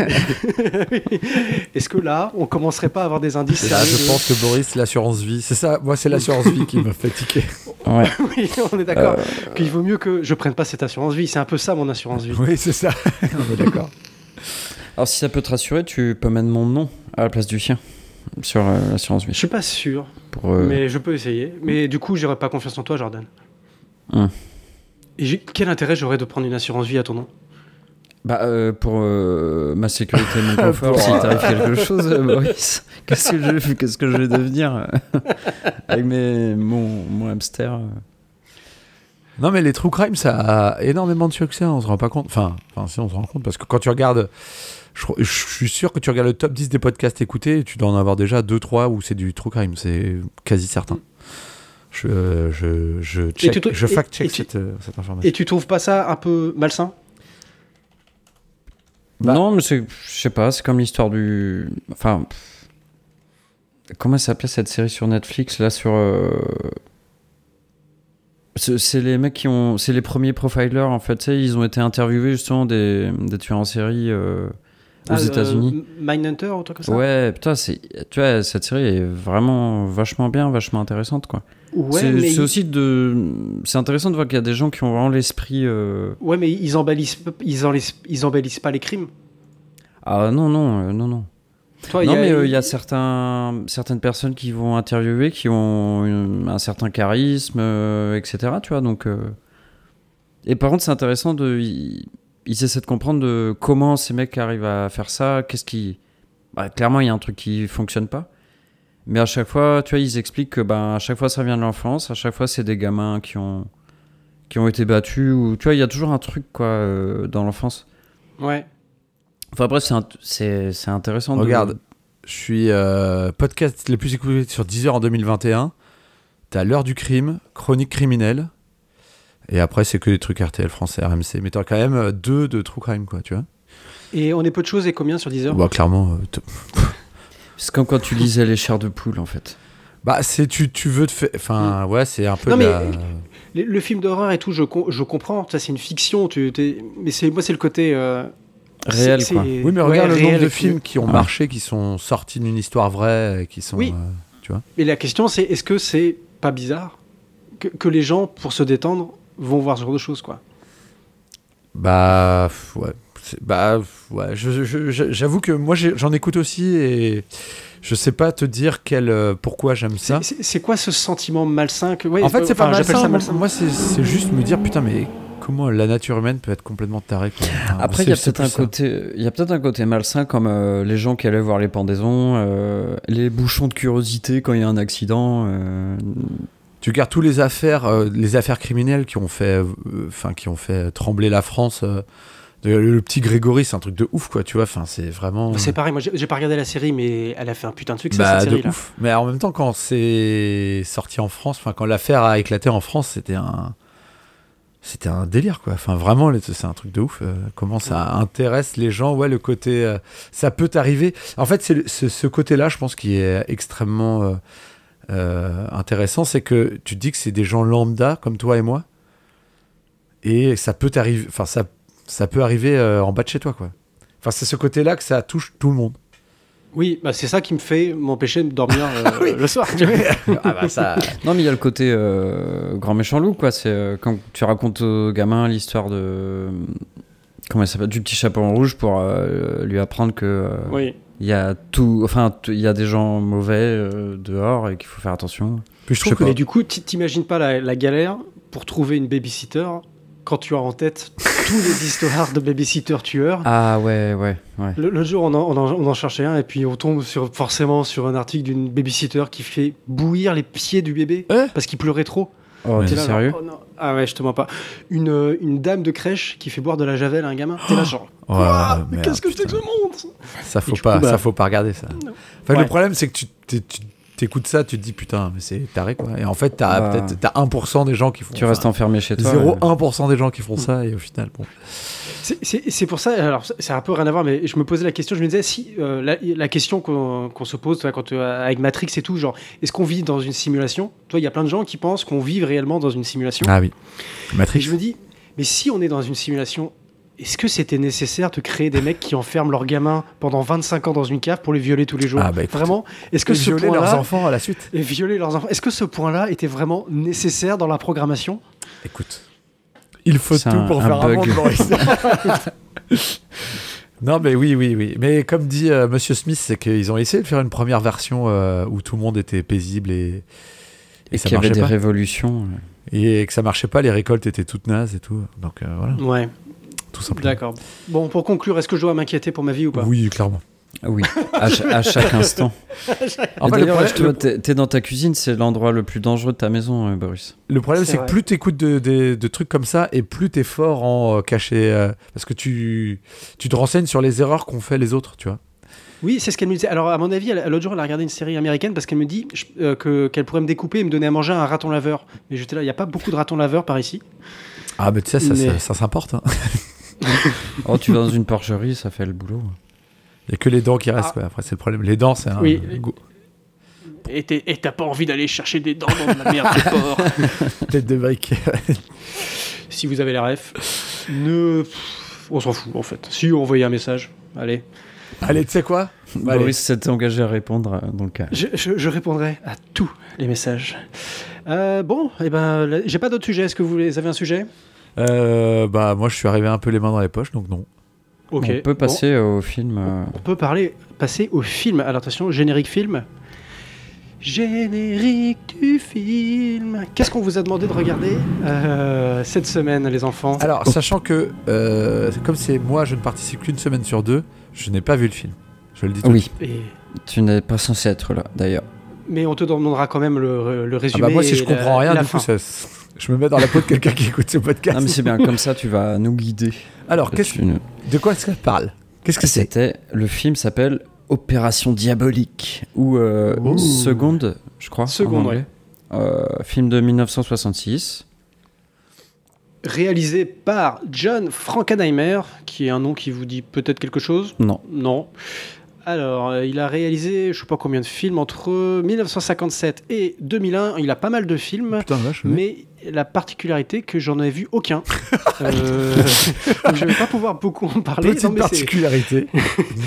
Speaker 4: Est-ce que là, on commencerait pas à avoir des indices
Speaker 3: Et là,
Speaker 4: sérieux
Speaker 3: je
Speaker 4: de-
Speaker 3: pense que Boris, l'assurance vie, c'est ça, moi c'est l'assurance vie qui me fatiguait.
Speaker 1: Ouais.
Speaker 4: Oui, on est d'accord.
Speaker 1: Euh,
Speaker 4: Qu'il vaut mieux que je prenne pas cette assurance vie. C'est un peu ça mon assurance vie.
Speaker 3: Oui, c'est ça, on est d'accord.
Speaker 1: Alors, si ça peut te rassurer, tu peux mettre mon nom à la place du chien sur euh, l'assurance
Speaker 4: Je
Speaker 1: vie.
Speaker 4: suis pas sûr,
Speaker 1: Pour, euh,
Speaker 4: mais je peux essayer. Mais du coup, j'aurais pas confiance en toi, Jordan.
Speaker 1: Hum.
Speaker 4: Et j'ai- quel intérêt j'aurais de prendre une assurance vie à ton nom
Speaker 1: bah, euh, pour euh, ma sécurité et mon confort,
Speaker 3: Pour,
Speaker 1: si
Speaker 3: euh,
Speaker 1: t'arrive quelque chose, euh, Boris, qu'est-ce que je, qu'est-ce que je vais devenir euh, avec mes, mon, mon hamster euh.
Speaker 3: Non, mais les true crime, ça a énormément de succès, on se rend pas compte. Enfin, enfin si, on se rend compte, parce que quand tu regardes, je, je suis sûr que tu regardes le top 10 des podcasts écoutés, tu dois en avoir déjà 2-3 où c'est du true crime, c'est quasi certain. Je, euh, je, je, check-
Speaker 4: tu te-
Speaker 3: je
Speaker 4: et- et
Speaker 3: fact-check
Speaker 4: tu-
Speaker 3: cette, euh, cette information.
Speaker 4: Et tu trouves pas ça un peu malsain
Speaker 3: Bah-
Speaker 1: Non, mais c'est, je sais pas, c'est comme l'histoire du. Enfin. pff. Comment ça s'appelait cette série sur Netflix là sur. euh, C'est c'est les mecs qui ont. C'est les premiers profilers en fait, tu sais, ils ont été interviewés justement des, des tueurs en série euh, aux
Speaker 4: Ah, euh,
Speaker 1: États-Unis.
Speaker 4: M- Mindhunter ou un truc comme ça
Speaker 1: Ouais, putain, c'est, tu vois, cette série est vraiment vachement bien, vachement intéressante quoi.
Speaker 4: Ouais,
Speaker 1: c'est
Speaker 4: mais
Speaker 1: c'est
Speaker 4: ils-
Speaker 1: aussi de. C'est intéressant de voir qu'il y a des gens qui ont vraiment l'esprit. euh,
Speaker 4: Ouais, mais ils embellissent, p- ils embellissent, ils embellissent pas les crimes.
Speaker 1: Ah non, non, euh, non, non.
Speaker 4: Toi,
Speaker 1: non,
Speaker 4: Oh, il y a-
Speaker 1: mais euh, il y a certains, certaines personnes qui vont interviewer, qui ont une- un certain charisme, euh, etc. Tu vois, donc. euh. Et par contre, c'est intéressant de. il- ils essaient de comprendre de comment ces mecs arrivent à faire ça, qu'est-ce qui. Bah, clairement, il y a un truc qui fonctionne pas. Mais à chaque fois, tu vois, ils expliquent que ben, à chaque fois ça vient de l'enfance, à chaque fois c'est des gamins qui ont, qui ont été battus, ou tu vois, il y a toujours un truc quoi, euh, dans l'enfance.
Speaker 4: Ouais.
Speaker 1: Enfin bref, c'est int- c'est c'est intéressant de-
Speaker 3: Regarde, je suis euh, podcast le plus écouté sur Deezer en 2021. T'as l'heure du crime, chronique criminelle. Et après, c'est que des trucs RTL français, RMC. Mais t'as quand même euh, deux de True Crime, quoi, tu vois.
Speaker 4: Et on est peu de choses et combien sur 10 heures
Speaker 3: Bah, clairement, euh, t-
Speaker 1: C'est comme quand tu lisais Les chairs de poule en fait.
Speaker 3: bah, c'est tu, tu veux te faire. Enfin, ouais, c'est un peu.
Speaker 4: Mm. Non, mais-
Speaker 3: la-
Speaker 4: Le, le film d'horreur et tout, je, com- je comprends. Ça, c'est une fiction. Tu, t'es- mais c'est, moi, c'est le côté. euh,
Speaker 1: Réel
Speaker 4: c'est-
Speaker 1: quoi.
Speaker 4: c'est-
Speaker 3: Oui, mais
Speaker 4: ouais,
Speaker 3: regarde le
Speaker 4: réel
Speaker 3: nombre de
Speaker 4: et
Speaker 3: films qui ont
Speaker 1: Ah.
Speaker 3: marché, qui sont sortis d'une histoire vraie, et qui sont.
Speaker 4: Oui.
Speaker 3: euh,
Speaker 4: Mais la question, c'est est-ce que c'est pas bizarre que, que les gens, pour se détendre, vont voir ce genre de choses, quoi
Speaker 3: Bah pff, ouais, C'est- bah pff, ouais. Je- je- je- j'avoue que moi j'ai- j'en écoute aussi et je sais pas te dire quel euh, pourquoi j'aime ça.
Speaker 4: C'est, c'est quoi ce sentiment malsain que... ouais,
Speaker 3: En fait,
Speaker 4: euh,
Speaker 3: c'est pas
Speaker 4: enfin,
Speaker 3: malsain.
Speaker 4: j'appelle ça
Speaker 3: moi-
Speaker 4: malsain.
Speaker 3: Moi, c'est c'est juste me dire putain, mais comment la nature humaine peut être complètement tarée. quoi. Enfin,
Speaker 1: Après,
Speaker 3: c'est-
Speaker 1: il y a
Speaker 3: c'est
Speaker 1: peut-être
Speaker 3: plus
Speaker 1: un
Speaker 3: ça.
Speaker 1: côté, il y a peut-être un côté malsain comme euh, les gens qui allaient voir les pendaisons, euh, les bouchons de curiosité quand il y a un accident. euh,
Speaker 3: Tu regardes tous les affaires, euh, les affaires criminelles qui ont fait, euh, enfin qui ont fait trembler la France. euh, le, le petit Grégory, c'est un truc de ouf, quoi. Tu vois, enfin c'est vraiment.
Speaker 4: Bah, C'est pareil, moi, j'ai, j'ai pas regardé la série, mais elle a fait un putain de succès,
Speaker 3: Bah,
Speaker 4: cette
Speaker 3: de
Speaker 4: série-là.
Speaker 3: ouf. Mais en même temps, quand c'est sorti en France, enfin quand l'affaire a éclaté en France, c'était un, c'était un délire quoi. Enfin vraiment, les- c'est un truc de ouf. euh, comment ça intéresse les gens Ouais, le côté, euh, ça peut t'arriver. En fait, c'est le- c'est ce côté-là, je pense, qui est extrêmement euh, euh, intéressant, c'est que tu te dis que c'est des gens lambda comme toi et moi, et ça peut t'arriver. Enfin ça, ça peut arriver euh, en bas de chez toi quoi. Enfin c'est ce côté-là que ça touche tout le monde.
Speaker 4: Oui, bah, c'est ça qui me fait m'empêcher de dormir euh,
Speaker 3: oui.
Speaker 4: le soir. tu vois.
Speaker 3: ah bah ça.
Speaker 1: Non, mais il y a le côté euh, grand méchant loup, quoi. C'est euh, quand tu racontes au gamin l'histoire de. euh, Comment il s'appelle Du petit chaperon rouge pour euh, lui apprendre que. euh, Il
Speaker 4: oui.
Speaker 1: y a tout. Enfin, t- il y a des gens mauvais euh, dehors et qu'il faut faire attention.
Speaker 3: Puis je
Speaker 1: Je
Speaker 3: trouve
Speaker 1: sais
Speaker 3: que
Speaker 1: pas.
Speaker 4: Mais du coup, t'i- t'imagines pas la, la galère pour trouver une babysitter quand tu as en tête tous les histoires de babysitter tueurs.
Speaker 1: Ah ouais, ouais, ouais.
Speaker 4: Le, le jour, on en, on en- on en cherchait un et puis on tombe sur, forcément sur un article d'une babysitter qui fait bouillir les pieds du bébé
Speaker 3: Hein
Speaker 4: parce qu'il pleurait trop.
Speaker 1: Oh,
Speaker 3: Mais
Speaker 1: t'es
Speaker 4: T'es là, genre,
Speaker 1: sérieux
Speaker 4: oh non. Ah ouais, je te mens pas. Une, euh, une dame de crèche qui fait boire de la javel à un gamin. T'es là genre,
Speaker 3: Ouais,
Speaker 4: Quoi Mais
Speaker 3: merde,
Speaker 4: qu'est-ce que c'est
Speaker 3: putain.
Speaker 4: que ce monde
Speaker 3: Ça
Speaker 4: Et
Speaker 3: faut
Speaker 4: du
Speaker 3: pas,
Speaker 4: coup, bah-
Speaker 3: ça faut pas regarder ça.
Speaker 4: Non.
Speaker 3: Enfin,
Speaker 4: Ouais.
Speaker 3: le problème c'est que tu t'é- tu- t'écoutes ça, tu te dis putain, mais c'est taré quoi. Et en fait, t'as
Speaker 1: Bah.
Speaker 3: peut-être t'as 1% des gens qui font
Speaker 1: Tu restes enfermé chez toi. euh, ouais.
Speaker 3: 0,1% des gens qui font ça et au final bon.
Speaker 4: C'est- C'est c'est pour ça, alors ça- ça a un peu rien à voir, mais je me posais la question, je me disais, si euh, la, la question qu'on qu'on se pose tu vois, quand, euh, avec Matrix et tout, genre, est-ce qu'on vit dans une simulation Tu vois, il y a plein de gens qui pensent qu'on vit réellement dans une simulation.
Speaker 3: Ah oui.
Speaker 4: et
Speaker 3: Matrix.
Speaker 4: je me dis, mais si on est dans une simulation, est-ce que c'était nécessaire de créer des mecs qui enferment leurs gamins pendant 25 ans dans une cave pour les violer tous les jours
Speaker 3: Ah bah, écoute,
Speaker 4: Vraiment Est-ce que
Speaker 3: Et
Speaker 4: ce
Speaker 3: violer leurs
Speaker 4: point-là.
Speaker 3: enfants à la suite.
Speaker 4: Et violer leurs enfants. Est-ce que ce point-là était vraiment nécessaire dans la programmation
Speaker 3: Écoute. Il faut tout
Speaker 1: C'est un- un
Speaker 3: pour faire un
Speaker 1: bug.
Speaker 3: monde dans les- Non mais oui oui oui mais comme dit euh, Monsieur Smith c'est qu'ils ont essayé de faire une première version euh, où tout le monde était paisible et,
Speaker 1: Et,
Speaker 3: ça
Speaker 1: qu'il y avait
Speaker 3: marchait
Speaker 1: des
Speaker 3: pas.
Speaker 1: révolutions. ouais.
Speaker 3: et que ça marchait pas, les récoltes étaient toutes nazes et tout. Donc euh, voilà,
Speaker 4: Ouais,
Speaker 3: tout simplement.
Speaker 4: d'accord. Bon, pour conclure, est-ce que je dois m'inquiéter pour ma vie ou pas
Speaker 3: Oui, clairement.
Speaker 1: Ah Oui, à, cha- à chaque instant.
Speaker 3: En
Speaker 1: Et
Speaker 3: fait, le
Speaker 1: D'ailleurs,
Speaker 3: problème-
Speaker 1: je te vois, t'es t'es dans ta cuisine, c'est l'endroit le plus dangereux de ta maison, euh, Boris.
Speaker 3: Le problème,
Speaker 4: C'est
Speaker 3: c'est que
Speaker 4: vrai.
Speaker 3: plus t'écoutes de, de- de trucs comme ça et plus t'es fort en euh, cacher. euh, parce que tu, tu te renseignes sur les erreurs qu'ont fait les autres, tu vois.
Speaker 4: Oui, c'est ce qu'elle me disait. Alors, à mon avis, elle- l'autre jour, elle a regardé une série américaine parce qu'elle me dit je- euh, que qu'elle pourrait me découper et me donner à manger un raton laveur. Mais j'étais là, il n'y a pas beaucoup de ratons laveurs par ici.
Speaker 3: Ah, mais tu sais, ça,
Speaker 4: Mais-
Speaker 3: ça, ça s'importe. hein.
Speaker 1: Oh, tu vas dans une porcherie, ça fait le boulot.
Speaker 3: Il y a que les dents qui restent,
Speaker 4: Ah.
Speaker 3: quoi. Après, c'est le problème. Les dents, c'est un.
Speaker 4: Oui.
Speaker 3: go-
Speaker 4: Et t'es- et t'as pas envie d'aller chercher des dents dans de la merde de porc.
Speaker 3: Tête de brique.
Speaker 4: Si vous avez la ref, ne. pff, On s'en fout, en fait. Si, envoyez un message. Allez.
Speaker 3: Allez, tu sais quoi Bah, allez.
Speaker 1: Boris s'était engagé à répondre, euh, donc. euh,
Speaker 4: Je, je- je répondrai à tous les messages. Euh, bon, et ben, là, j'ai pas d'autres sujets. Est-ce que vous les- avez un sujet
Speaker 3: Euh, Bah, moi, je suis arrivé un peu les mains dans les poches, donc non.
Speaker 4: Ok.
Speaker 1: On peut
Speaker 4: bon.
Speaker 1: passer au film. euh,
Speaker 4: On peut parler, passer au film. Alors attention, générique film. Générique du film. Qu'est-ce qu'on vous a demandé de regarder euh, cette semaine, les enfants
Speaker 3: Alors, sachant que, euh, comme c'est moi, je ne participe qu'une semaine sur deux, je n'ai pas vu le film. Je le dis tout de
Speaker 1: Oui,
Speaker 3: suite.
Speaker 4: Et-
Speaker 1: tu n'es pas censé être là, d'ailleurs.
Speaker 4: Mais on te demandera quand même le, le
Speaker 3: Ah
Speaker 4: résumé.
Speaker 3: bah moi, si
Speaker 4: et
Speaker 3: je
Speaker 4: la-
Speaker 3: comprends rien,
Speaker 4: la
Speaker 3: du coup,
Speaker 4: fin.
Speaker 3: ça, je me mets dans la peau de quelqu'un qui écoute ce podcast.
Speaker 1: Non, mais c'est bien, comme ça tu vas nous guider.
Speaker 3: Alors, qu'est-ce-
Speaker 1: Tu ne-
Speaker 3: de quoi est-ce qu'elle parle Qu'est-ce que c'est
Speaker 1: C'était le film s'appelle Opération diabolique ou euh,
Speaker 3: Ouh.
Speaker 1: Seconde, je crois. en
Speaker 4: Seconde,
Speaker 1: anglais.
Speaker 4: ouais.
Speaker 1: Euh, film de 1966.
Speaker 4: Réalisé par John Frankenheimer, qui est un nom qui vous dit peut-être quelque chose
Speaker 1: Non.
Speaker 4: Non. Alors, euh, il a réalisé, je sais pas combien de films, entre 1957 et 2001. Il a pas mal de films.
Speaker 3: Putain, vache. ouais.
Speaker 4: Mais la particularité que j'en ai vu aucun. Euh, donc je vais pas pouvoir beaucoup en parler.
Speaker 3: Petite
Speaker 4: Non, mais c'est-
Speaker 3: particularité.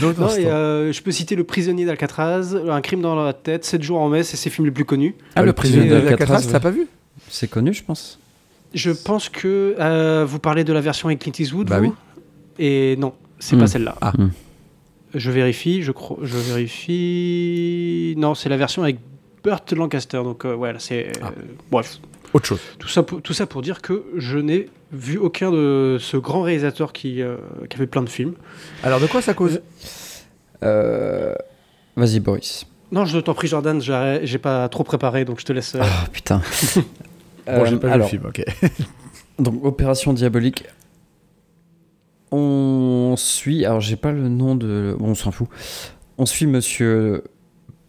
Speaker 3: Notre
Speaker 4: Non,
Speaker 3: instant.
Speaker 4: et, euh, je peux citer Le Prisonnier d'Alcatraz, Un crime dans la tête, 7 jours en mai, c'est ses films les plus connus.
Speaker 1: Ah, le prisonnier
Speaker 3: de la
Speaker 1: d'Alcatraz,
Speaker 3: t'as pas vu
Speaker 1: c'est connu, je pense.
Speaker 4: Je pense que euh, vous parlez de la version avec Clint Eastwood.
Speaker 3: Bah
Speaker 4: vous
Speaker 3: oui.
Speaker 4: Et non, c'est
Speaker 1: Hmm.
Speaker 4: pas celle-là.
Speaker 3: Ah.
Speaker 1: Hmm.
Speaker 4: Je vérifie, je crois, je vérifie. Non, c'est la version avec Burt Lancaster. Donc euh, ouais, là, c'est
Speaker 3: Ah.
Speaker 4: euh, bref.
Speaker 3: Autre chose.
Speaker 4: Tout ça, pour, tout ça pour dire que je n'ai vu aucun de ce grand réalisateur qui, euh, qui avait plein de films.
Speaker 3: Alors, de quoi ça cause
Speaker 1: Euh, Vas-y, Boris.
Speaker 4: Non, je t'en prie, Jordan, j'arrête- j'ai pas trop préparé, donc je te laisse. euh,
Speaker 1: Ah putain.
Speaker 3: Bon, j'ai
Speaker 1: Euh,
Speaker 3: pas
Speaker 1: alors,
Speaker 3: vu le film, ok.
Speaker 1: Donc, opération diabolique. On suit. Alors, j'ai pas le nom de. Bon, on s'en fout. On suit monsieur.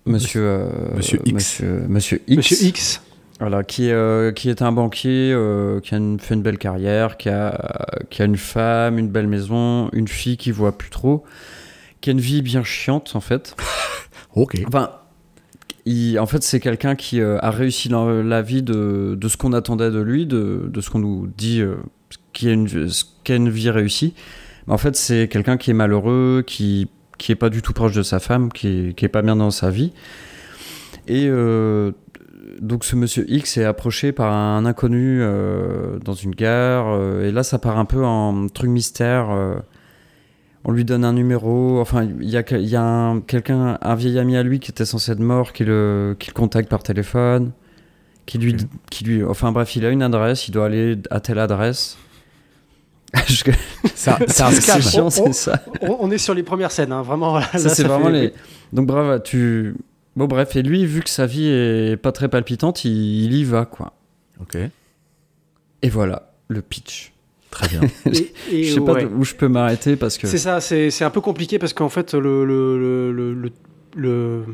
Speaker 1: Monsieur. euh,
Speaker 3: Monsieur X.
Speaker 1: Monsieur, monsieur X.
Speaker 4: Monsieur X.
Speaker 1: Voilà, qui, euh, qui est un banquier, euh, qui a une- fait une belle carrière, qui a, qui a une femme, une belle maison, une fille qui voit plus trop, qui a une vie bien chiante en fait.
Speaker 3: Ok.
Speaker 1: Enfin, il- en fait, c'est quelqu'un qui euh, a réussi la, la vie de, de ce qu'on attendait de lui, de, de ce qu'on nous dit, euh, ce qu'est une, ce qu'est une vie réussie. Mais en fait, c'est quelqu'un qui est malheureux, qui qui est pas du tout proche de sa femme, qui est, qui est pas bien dans sa vie. Et euh, donc, ce monsieur X est approché par un inconnu euh, dans une gare, euh, et là, ça part un peu en truc mystère. euh, on lui donne un numéro. Enfin, il y a, quel- il y a un, quelqu'un, un vieil ami à lui qui était censé être mort, qui le, qui le contacte par téléphone, qui lui,
Speaker 3: Ok.
Speaker 1: qui lui, enfin bref, il a une adresse, il doit aller à telle adresse. Je-
Speaker 3: C'est un, Ah, c'est un scam.
Speaker 1: C'est chiant,
Speaker 4: On-
Speaker 1: c'est ça.
Speaker 4: On, on est sur les premières scènes, hein, vraiment. voilà,
Speaker 1: Ça,
Speaker 4: là,
Speaker 1: c'est
Speaker 4: ça
Speaker 1: vraiment
Speaker 4: fait-
Speaker 1: les. Donc, bravo, tu. Bon, bref, et lui, vu que sa vie est pas très palpitante, il, il y va, quoi.
Speaker 3: Ok.
Speaker 1: Et voilà, le pitch.
Speaker 3: Très bien.
Speaker 4: Et- et
Speaker 1: je sais pas
Speaker 4: ouais.
Speaker 1: de- où je peux m'arrêter parce que.
Speaker 4: C'est ça, c'est c'est un peu compliqué parce qu'en fait, le, le, le, le, le- le,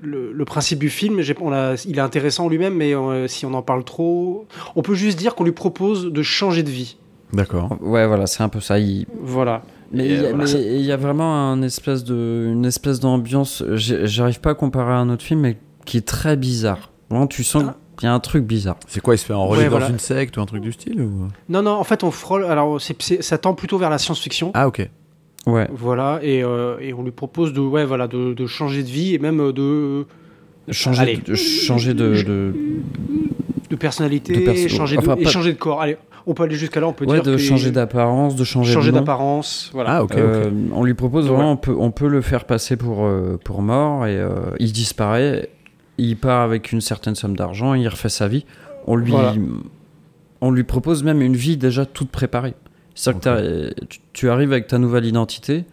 Speaker 4: le- le principe du film, j'ai- on l'a- il est intéressant en lui-même, mais euh, si on en parle trop, on peut juste dire qu'on lui propose de changer de vie.
Speaker 3: D'accord.
Speaker 1: Ouais, voilà, c'est un peu ça. Il,
Speaker 4: Voilà.
Speaker 1: Mais
Speaker 4: Et,
Speaker 1: il y, a-
Speaker 4: euh, voilà,
Speaker 1: mais
Speaker 4: ça-
Speaker 1: il y a vraiment un espèce de, une espèce d'ambiance. j'ai- J'arrive pas à comparer à un autre film, mais qui est très bizarre. Vraiment, tu sens
Speaker 4: Ah.
Speaker 1: qu'il y a un truc bizarre.
Speaker 3: C'est quoi Il se fait enrôler
Speaker 4: Ouais,
Speaker 3: dans
Speaker 4: voilà.
Speaker 3: une secte ou un truc du style ou...
Speaker 4: Non, non, en fait, on frôle. Alors, c'est- c'est- ça tend plutôt vers la science-fiction.
Speaker 3: Ah, ok.
Speaker 1: Ouais.
Speaker 4: Voilà, et, euh, et on lui propose de, ouais, voilà, de, de changer de vie et même euh, de,
Speaker 1: Changer,
Speaker 4: Allez.
Speaker 1: de, changer de, de-
Speaker 4: de personnalité,
Speaker 1: De perso-
Speaker 4: changer, de,
Speaker 1: enfin,
Speaker 4: et
Speaker 1: pas-
Speaker 4: changer de corps. Allez, on peut aller jusqu'à là, on peut
Speaker 1: ouais,
Speaker 4: dire
Speaker 1: de
Speaker 4: que-
Speaker 1: changer d'apparence, de changer,
Speaker 4: changer
Speaker 1: de nom.
Speaker 4: d'apparence. Voilà.
Speaker 3: Ah, ok. ok.
Speaker 1: Euh, On lui propose
Speaker 4: Donc,
Speaker 1: vraiment, on peut, on peut le faire passer pour, euh, pour mort et euh, il disparaît. Il part avec une certaine somme d'argent, il refait sa vie. On lui,
Speaker 4: Voilà.
Speaker 1: on lui propose même une vie déjà toute préparée. C'est-à-dire que t'as- tu, tu arrives avec ta nouvelle identité,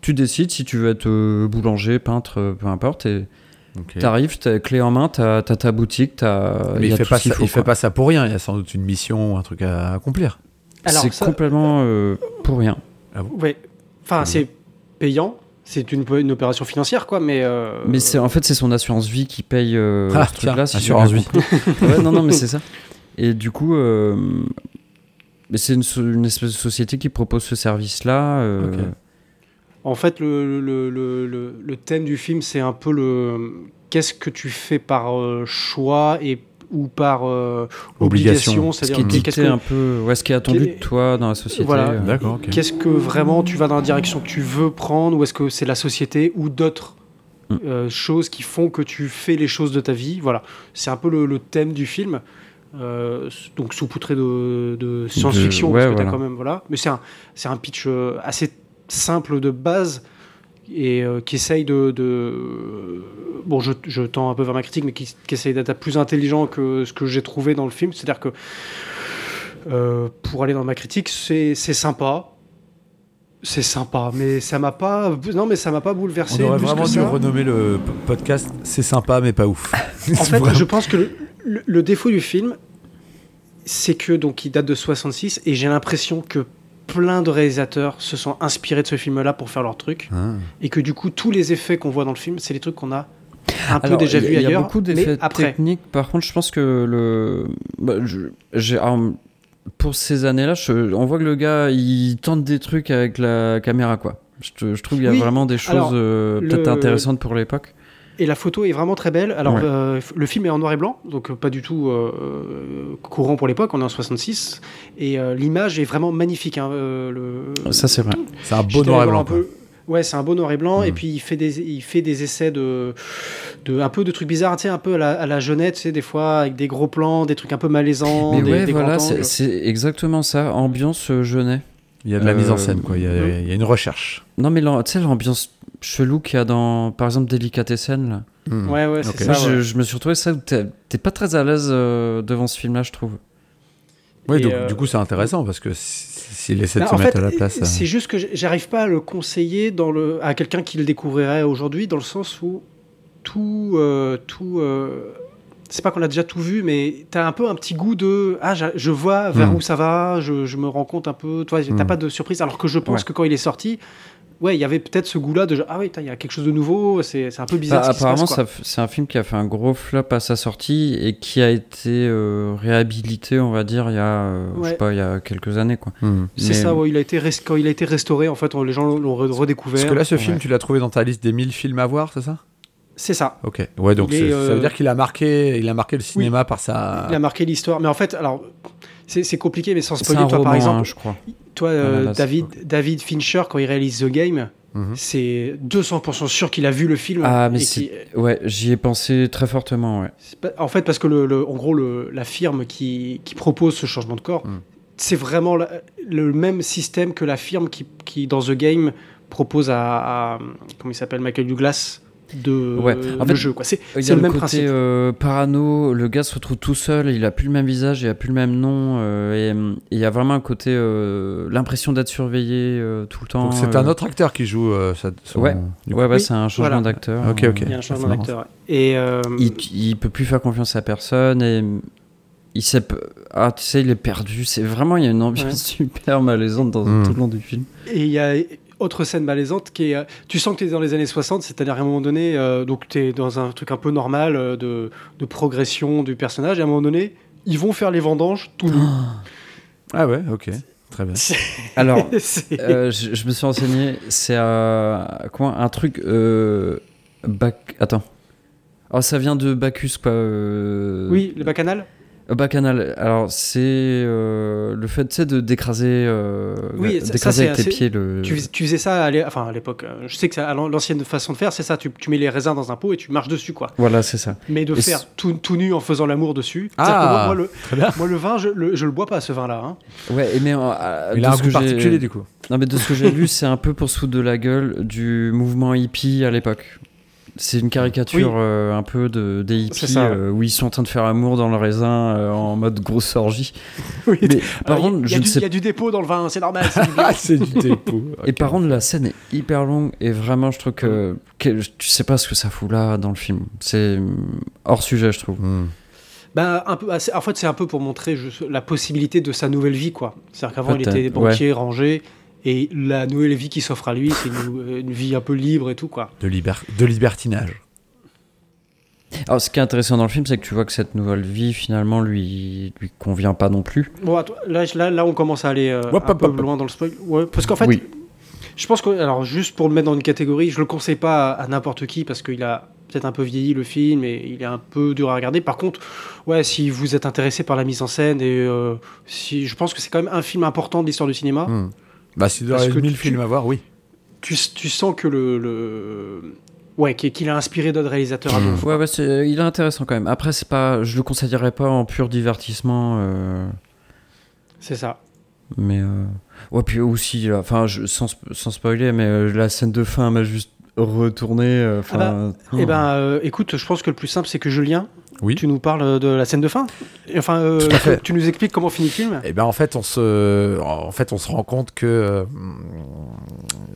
Speaker 1: tu décides si tu veux être euh, boulanger, peintre, euh, peu importe, et
Speaker 3: Ok.
Speaker 1: t'arrives, t'as clé en main, t'as as ta boutique, t'as.
Speaker 3: Mais
Speaker 1: y
Speaker 3: il
Speaker 1: a
Speaker 3: fait
Speaker 1: tout
Speaker 3: pas
Speaker 1: ce qu'il
Speaker 3: ça, il
Speaker 1: faut,
Speaker 3: fait
Speaker 1: quoi.
Speaker 3: pas ça pour rien. Il y a sans doute une mission, un truc à accomplir.
Speaker 4: Alors,
Speaker 1: C'est
Speaker 4: ça-
Speaker 1: complètement euh, pour rien.
Speaker 4: Ouais. Enfin,
Speaker 1: Mhm.
Speaker 4: c'est payant. C'est une, une opération financière, quoi, mais. euh,
Speaker 1: Mais c'est en fait c'est son assurance vie qui paye euh,
Speaker 3: Ah,
Speaker 1: ce
Speaker 3: tiens,
Speaker 1: truc-là. Si j'ai
Speaker 3: assurance
Speaker 1: bien
Speaker 3: vie.
Speaker 1: compris. ouais, non, non, mais c'est ça. Et du coup, euh, mais c'est une, so- une espèce de société qui propose ce service-là. euh,
Speaker 3: Ok.
Speaker 4: En fait, le, le, le- le- le thème du film, c'est un peu le. Qu'est-ce que tu fais par euh, choix et, ou par euh,
Speaker 3: Obligation.
Speaker 4: obligation,
Speaker 1: Ce
Speaker 4: C'est-à-dire,
Speaker 1: qui est
Speaker 4: qu'est-ce
Speaker 1: dicté
Speaker 4: que-
Speaker 1: un peu, ouais, ce qui est attendu
Speaker 4: Quel-
Speaker 1: de toi dans la société.
Speaker 4: Voilà.
Speaker 1: euh.
Speaker 3: D'accord, ok.
Speaker 4: Qu'est-ce que vraiment tu vas dans la direction que tu veux prendre ou est-ce que c'est la société ou d'autres
Speaker 1: Mm.
Speaker 4: euh, choses qui font que tu fais les choses de ta vie Voilà, c'est un peu le, le thème du film. Euh, s- donc saupoudré de, de science-fiction,
Speaker 1: De-
Speaker 4: parce
Speaker 1: ouais,
Speaker 4: que t'as
Speaker 1: voilà.
Speaker 4: quand même voilà. Mais c'est un, c'est un pitch euh, assez simple de base et euh, qui essaye de, de- bon je, je tends un peu vers ma critique mais qui, qui essaye d'être plus intelligent que ce que j'ai trouvé dans le film c'est à dire que euh, pour aller dans ma critique c'est c'est sympa c'est sympa mais ça m'a pas non mais ça m'a pas
Speaker 3: On
Speaker 4: bouleversé
Speaker 3: aurait
Speaker 4: plus
Speaker 3: vraiment
Speaker 4: que
Speaker 3: dû
Speaker 4: ça.
Speaker 3: renommer le p- podcast C'est sympa, mais pas ouf.
Speaker 4: En fait, je pense que le, le- le défaut du film, c'est que donc il date de 66 et j'ai l'impression que plein de réalisateurs se sont inspirés de ce film-là pour faire leur truc
Speaker 3: Ah.
Speaker 4: et que du coup tous les effets qu'on voit dans le film, c'est les trucs qu'on a un peu
Speaker 1: Alors,
Speaker 4: déjà
Speaker 1: il y a-
Speaker 4: vus
Speaker 1: Il y a
Speaker 4: ailleurs,
Speaker 1: beaucoup
Speaker 4: mais
Speaker 1: d'effets
Speaker 4: après.
Speaker 1: techniques. Par contre, je pense que le. bah, je- j'ai- ah, pour ces années-là, je- on voit que le gars, il tente des trucs avec la caméra, quoi. Je, te- je trouve qu'il y a
Speaker 4: Oui,
Speaker 1: vraiment des choses
Speaker 4: alors,
Speaker 1: euh, peut-être
Speaker 4: le-
Speaker 1: intéressantes pour l'époque.
Speaker 4: Et la photo est vraiment très belle. Alors
Speaker 1: Ouais.
Speaker 4: euh, le film est en noir et blanc, donc euh, pas du tout euh, courant pour l'époque. On est en 66 et euh, l'image est vraiment magnifique. hein, euh, le-
Speaker 1: Ah, Ça, c'est vrai.
Speaker 3: C'est un beau
Speaker 4: J'étais
Speaker 3: noir et
Speaker 4: allé voir
Speaker 3: blanc.
Speaker 4: un
Speaker 3: quoi.
Speaker 4: peu- Ouais, c'est un beau noir et blanc.
Speaker 3: Mm.
Speaker 4: Et puis il fait des, il fait des essais de, de, un peu de trucs bizarres, tu sais, un peu à la, à la Jeunette, tu sais, des fois avec des gros plans, des trucs un peu malaisants,
Speaker 1: Mais
Speaker 4: des,
Speaker 1: ouais,
Speaker 4: des
Speaker 1: voilà,
Speaker 4: grands
Speaker 1: c'est
Speaker 4: angles.
Speaker 1: c'est exactement ça. Ambiance euh, jeunet.
Speaker 3: Il y a de la mise en
Speaker 1: Euh,
Speaker 3: scène, quoi. Il y a,
Speaker 4: oui.
Speaker 3: il y a une recherche.
Speaker 1: Non, mais l'am- tu sais, l'ambiance chelou qu'il y a dans, par exemple, Délicatessen, là.
Speaker 3: Hmm.
Speaker 4: Ouais, ouais, c'est
Speaker 3: Ok.
Speaker 4: ça.
Speaker 1: Moi, je,
Speaker 4: ouais.
Speaker 1: je me suis retrouvé ça où t'es t'es pas très à l'aise euh, devant ce film-là, je trouve.
Speaker 3: Ouais,
Speaker 4: Et,
Speaker 3: donc,
Speaker 4: euh,
Speaker 3: du coup, c'est intéressant parce que si- s'il essaie de
Speaker 4: Bah,
Speaker 3: se
Speaker 4: en
Speaker 3: mettre
Speaker 4: fait,
Speaker 3: à la place. euh,
Speaker 4: C'est juste que j- j'arrive pas à le conseiller dans le, à quelqu'un qui le découvrirait aujourd'hui, dans le sens où tout. euh, tout euh, c'est pas qu'on a déjà tout vu, mais t'as un peu un petit goût de ah j'a- je vois vers
Speaker 3: Mm.
Speaker 4: où ça va, je, je me rends compte un peu, toi t'as
Speaker 3: Mm.
Speaker 4: pas de surprise. Alors que je pense
Speaker 1: Ouais.
Speaker 4: que quand il est sorti, ouais il y avait peut-être ce goût-là de genre, ah oui putain, il y a quelque chose de nouveau, c'est c'est un peu bizarre.
Speaker 3: Ah,
Speaker 1: Bah,
Speaker 4: ce qui se
Speaker 1: apparemment,
Speaker 4: passe, quoi.
Speaker 1: ça f- c'est un film qui a fait un gros flop à sa sortie et qui a été euh, réhabilité, on va dire, il y a, euh, je sais
Speaker 4: Ouais.
Speaker 1: pas, il y a quelques années, quoi.
Speaker 3: hmm.
Speaker 4: c'est
Speaker 1: mais-
Speaker 4: ça, ouais, il a été res- quand il a été restauré en fait, on- les gens l'ont- l'ont re- redécouvert.
Speaker 3: Parce que là, ce film,
Speaker 1: Ouais.
Speaker 3: tu l'as trouvé dans ta liste des 1000 films à voir, c'est ça
Speaker 4: c'est ça.
Speaker 3: Ok. Ouais, donc
Speaker 4: Mais,
Speaker 3: c'est- ça
Speaker 4: euh,
Speaker 3: veut dire qu'il a marqué, il a marqué le cinéma par sa.
Speaker 4: Il a marqué l'histoire, mais en fait, alors c'est c'est compliqué, mais sans
Speaker 1: C'est
Speaker 4: spoiler,
Speaker 1: un
Speaker 4: toi
Speaker 1: roman,
Speaker 4: par exemple,
Speaker 1: hein, je crois.
Speaker 4: Toi, euh,
Speaker 1: Ah là là,
Speaker 4: David, David Fincher, quand il réalise The Game,
Speaker 3: Mhm.
Speaker 4: c'est 200% sûr qu'il a vu le film.
Speaker 1: Ah, mais
Speaker 4: et qu'il-
Speaker 1: Ouais, j'y ai pensé très fortement, ouais.
Speaker 4: c'est pas- En fait, parce que le, le- en gros, le- la firme qui, qui propose ce changement de corps,
Speaker 3: Mhm.
Speaker 4: c'est vraiment la- le même système que la firme qui, qui dans The Game, propose à, à- comment il s'appelle, Michael Douglas de
Speaker 1: Ouais. En
Speaker 4: le
Speaker 1: fait,
Speaker 4: jeu. quoi. C'est
Speaker 1: Il y
Speaker 4: c'est
Speaker 1: a
Speaker 4: le même
Speaker 1: côté
Speaker 4: principe.
Speaker 1: euh, parano, le gars se retrouve tout seul, il a plus le même visage, il a plus le même nom, euh, et euh, il y a vraiment un côté, euh, l'impression d'être surveillé euh, tout le temps.
Speaker 3: Donc c'est
Speaker 1: euh,
Speaker 3: un autre acteur qui joue. euh, sa- son-
Speaker 1: Ouais.
Speaker 3: du coup.
Speaker 1: Ouais, ouais,
Speaker 4: Oui,
Speaker 1: c'est un changement
Speaker 4: voilà.
Speaker 1: d'acteur.
Speaker 3: Ok, ok.
Speaker 4: Il y a un
Speaker 3: ça,
Speaker 4: changement
Speaker 3: c'est
Speaker 4: d'acteur. ouais. Et euh,
Speaker 1: il, il peut plus faire confiance à personne et il sait p- ah tu sais il est perdu c'est vraiment il y a une ambiance
Speaker 4: Ouais.
Speaker 1: super malaisante dans
Speaker 3: Mm.
Speaker 1: tout le long du film
Speaker 4: Et il y a autre scène malaisante qui est. euh, Tu sens que tu es dans les années 60, c'est-à-dire à un moment donné, euh, donc tu es dans un truc un peu normal euh, de, de progression du personnage, et à un moment donné, ils vont faire les vendanges tout le
Speaker 3: Ah ouais, ok. Très bien.
Speaker 1: alors
Speaker 4: C'est-
Speaker 1: euh, je, je me suis renseigné c'est euh, quoi un truc euh, bac attends oh ça vient de Bacchus quoi euh,
Speaker 4: Oui, le bacchanal
Speaker 1: euh, bacchanal alors c'est euh, le fait tu sais de d'écraser euh,
Speaker 4: Oui, ça- ça,
Speaker 1: d'écraser
Speaker 4: c'est
Speaker 1: avec tes
Speaker 4: assez-
Speaker 1: pieds le
Speaker 4: tu, fais- tu faisais ça à l'é- enfin, à l'époque. euh, Je sais que c'est à l'an- l'ancienne façon de faire, c'est ça. Tu, tu mets les raisins dans un pot et tu marches dessus, quoi.
Speaker 1: voilà c'est ça
Speaker 4: Mais de
Speaker 1: Et c-
Speaker 4: faire tout, tout nu en faisant l'amour dessus.
Speaker 3: Ah,
Speaker 4: C'est-à-dire que moi, moi, le,
Speaker 3: Très bien.
Speaker 4: moi, le vin, je le, je le bois pas, ce vin-là. hein.
Speaker 1: ouais et mais euh,
Speaker 3: Il
Speaker 1: de
Speaker 3: a un
Speaker 1: ce que
Speaker 3: goût
Speaker 1: j'ai-
Speaker 3: particulier du coup.
Speaker 1: Non, mais de ce que j'ai lu, c'est un peu pour se foutre de la gueule du mouvement hippie à l'époque. C'est une caricature
Speaker 4: Oui.
Speaker 1: euh, un peu de, des hippies
Speaker 4: C'est ça, ouais.
Speaker 1: euh, où ils sont en train de faire amour dans le raisin euh, en mode grosse orgie.
Speaker 4: Oui.
Speaker 1: Mais par
Speaker 4: Euh, y a-
Speaker 1: contre,
Speaker 4: y a
Speaker 1: je ne
Speaker 4: du-
Speaker 1: sais
Speaker 4: Il y a du dépôt dans le vin, c'est normal. c'est du-
Speaker 3: Ah, c'est du dépôt.
Speaker 1: Et par contre, la scène est hyper longue et vraiment, je trouve que, que tu sais pas ce que ça fout là dans le film. C'est hum, hors sujet, je trouve.
Speaker 3: Hmm.
Speaker 4: Bah, un peu, ah, c'est- en fait, c'est un peu pour montrer juste la possibilité de sa nouvelle vie, quoi. C'est-à-dire qu'avant, il
Speaker 1: Peut-être,
Speaker 3: euh,
Speaker 4: était banquier, rangé, et la nouvelle vie qui s'offre à lui, c'est une, une vie un peu libre et tout, quoi.
Speaker 3: De, liber- de libertinage.
Speaker 1: Alors, ce qui est intéressant dans le film, c'est que tu vois que cette nouvelle vie, finalement, lui, lui convient pas non plus.
Speaker 4: Bon, attends, là, je- là, là, on commence à aller euh,
Speaker 3: Hop,
Speaker 4: un
Speaker 3: hop,
Speaker 4: peu
Speaker 3: hop.
Speaker 4: loin dans le spoil. Ouais, parce qu'en fait,
Speaker 1: Oui.
Speaker 4: je pense que, alors, juste pour le mettre dans une catégorie, je le conseille pas à, à n'importe qui parce qu'il a peut-être un peu vieilli le film et il est un peu dur à regarder. Par contre, ouais, si vous êtes intéressé par la mise en scène et euh, si, je pense que c'est quand même un film important de l'histoire du cinéma.
Speaker 3: Hmm. Bah, si dans
Speaker 4: Parce
Speaker 3: les
Speaker 4: que
Speaker 3: 1000
Speaker 4: tu-
Speaker 3: films à voir, oui.
Speaker 4: tu, tu sens que le, le- ouais qu'il qu'il a inspiré d'autres réalisateurs à
Speaker 3: Mmh.
Speaker 4: Dolph.
Speaker 1: Ouais, ouais, c'est- euh, il est intéressant quand même. Après, c'est pas, je le conseillerais pas en pur divertissement. euh,
Speaker 4: c'est ça
Speaker 1: Mais euh, ouais, puis aussi, là, enfin, je- sans, sp- sans spoiler, mais euh, la scène de fin m'a juste retourné. euh, Enfin,
Speaker 3: Mmh.
Speaker 1: oh.
Speaker 4: Eh ben, euh, écoute, je pense que le plus simple, c'est que Julien,
Speaker 3: Oui.
Speaker 4: tu nous parles de la scène de fin. Et Enfin, euh,
Speaker 3: Tout à fait.
Speaker 4: tu nous expliques comment finit le film.
Speaker 3: Et ben en fait on se en fait on se rend compte que euh,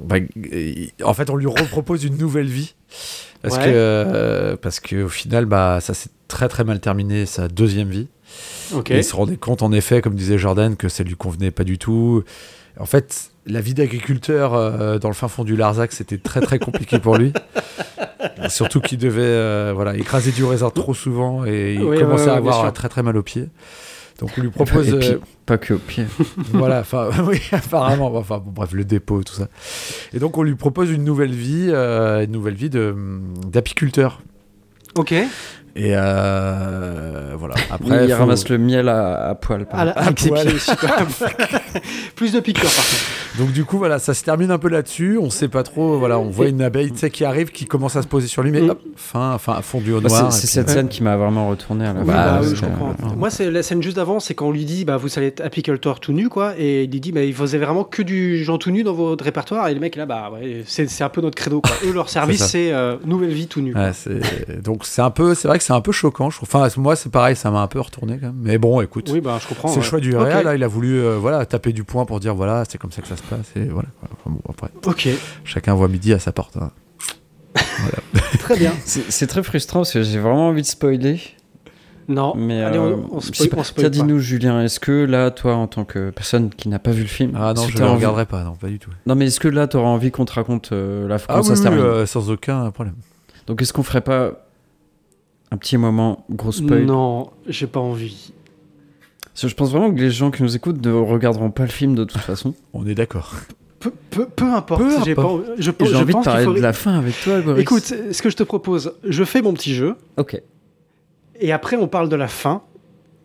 Speaker 3: bah, il- en fait on lui repropose une nouvelle vie parce
Speaker 4: Ouais.
Speaker 3: que euh, parce que au final bah ça s'est très très mal terminé sa deuxième vie.
Speaker 4: Ok.
Speaker 3: Et il se rendait compte en effet comme disait Jordan que ça lui convenait pas du tout. En fait la vie d'agriculteur euh, dans le fin fond du Larzac c'était très très compliqué pour lui. Surtout qu'il devait euh, voilà écraser du raisin trop souvent et il
Speaker 4: Oui, ouais,
Speaker 3: commençait
Speaker 4: ouais,
Speaker 3: à
Speaker 4: bien
Speaker 3: avoir
Speaker 4: sûr.
Speaker 3: euh, très très mal aux pieds. Donc on lui propose
Speaker 1: oh. Et puis-
Speaker 3: euh,
Speaker 1: Pas que au pied.
Speaker 3: voilà, enfin, oui, apparemment. Enfin, bon, bref, le dépôt, tout ça. Et donc, on lui propose une nouvelle vie, euh, une nouvelle vie de, d'apiculteur.
Speaker 4: Ok.
Speaker 3: Et euh, voilà. Après,
Speaker 1: il
Speaker 3: faut-
Speaker 1: ramasse le miel à, à poil.
Speaker 4: À
Speaker 1: pardon.
Speaker 4: la- avec ses
Speaker 3: poil.
Speaker 4: pieds aussi, quoi. Plus de piqûres, par contre.
Speaker 3: donc, du coup, voilà, ça se termine un peu là-dessus. On sait pas trop. Voilà, on voit une abeille, tu sais, qui arrive, qui commence à se poser sur lui, mais
Speaker 4: Mm.
Speaker 3: hop, fin, fin, fondu au
Speaker 1: Bah, c'est-
Speaker 3: noir.
Speaker 1: c'est
Speaker 3: et puis-
Speaker 1: cette scène qui m'a vraiment retourné à la
Speaker 4: Oui,
Speaker 1: fin.
Speaker 4: bah,
Speaker 3: ouais,
Speaker 4: oui,
Speaker 1: c'est-
Speaker 4: je comprends.
Speaker 1: euh,
Speaker 4: Moi, c'est la scène juste avant, c'est quand on lui dit, bah, vous allez être apiculteur tout nu, quoi, et il lui dit, bah, vous avez vraiment que du gens tout nu dans votre répertoire, et le mec est là, bah, ouais, c'est c'est un peu notre credo, quoi. Eux, leur service,
Speaker 3: C'est ça.
Speaker 4: c'est euh, nouvelle vie tout nu.
Speaker 3: Ouais, c'est- donc, c'est un peu, c'est vrai que c'est un peu choquant. Je trouve. Enfin, moi, c'est pareil, ça m'a un peu retourné quand même. Mais bon, écoute.
Speaker 4: Oui, bah, je comprends.
Speaker 3: C'est le
Speaker 4: ouais.
Speaker 3: choix du
Speaker 4: Ok.
Speaker 3: Real, là, il a voulu euh, voilà, taper du poing pour dire voilà, c'est comme ça que ça se passe. Et voilà. Enfin, bon, après,
Speaker 4: Ok,
Speaker 3: chacun voit midi à sa porte. hein.
Speaker 4: très bien.
Speaker 1: C'est c'est très frustrant parce que j'ai vraiment envie de spoiler.
Speaker 4: Non,
Speaker 1: Mais
Speaker 4: allez,
Speaker 1: euh,
Speaker 4: on, on
Speaker 1: je sais
Speaker 4: spoil,
Speaker 1: pas.
Speaker 4: on spoil
Speaker 1: Tiens,
Speaker 4: pas.
Speaker 1: dis-nous, Julien, est-ce que là, toi, en tant que personne qui n'a pas vu le film,
Speaker 3: Ah non,
Speaker 1: est-ce que
Speaker 3: je
Speaker 1: t'as
Speaker 3: ne
Speaker 1: envie-
Speaker 3: regarderai pas, non, pas du tout.
Speaker 1: Non, mais est-ce que là, t'auras envie qu'on te raconte euh, la comment
Speaker 3: Ah
Speaker 1: ça
Speaker 3: oui,
Speaker 1: se
Speaker 3: oui,
Speaker 1: termine
Speaker 3: euh, sans aucun problème.
Speaker 1: Donc, est-ce qu'on ferait pas un petit moment gros spoil
Speaker 4: Non, j'ai pas envie.
Speaker 1: Parce que je pense vraiment que les gens qui nous écoutent ne regarderont pas le film de toute façon.
Speaker 3: On est d'accord.
Speaker 4: Peu, peu, peu importe.
Speaker 3: Peu
Speaker 4: j'ai
Speaker 3: importe.
Speaker 4: pas envie- je,
Speaker 1: Et
Speaker 4: Oh, je
Speaker 1: j'ai envie de
Speaker 4: pense qu'il
Speaker 1: parler
Speaker 4: faudrait-
Speaker 1: de la fin avec toi, Boris.
Speaker 4: Écoute, ce que je te propose, je fais mon petit jeu,
Speaker 1: Ok,
Speaker 4: et après, on parle de la fin.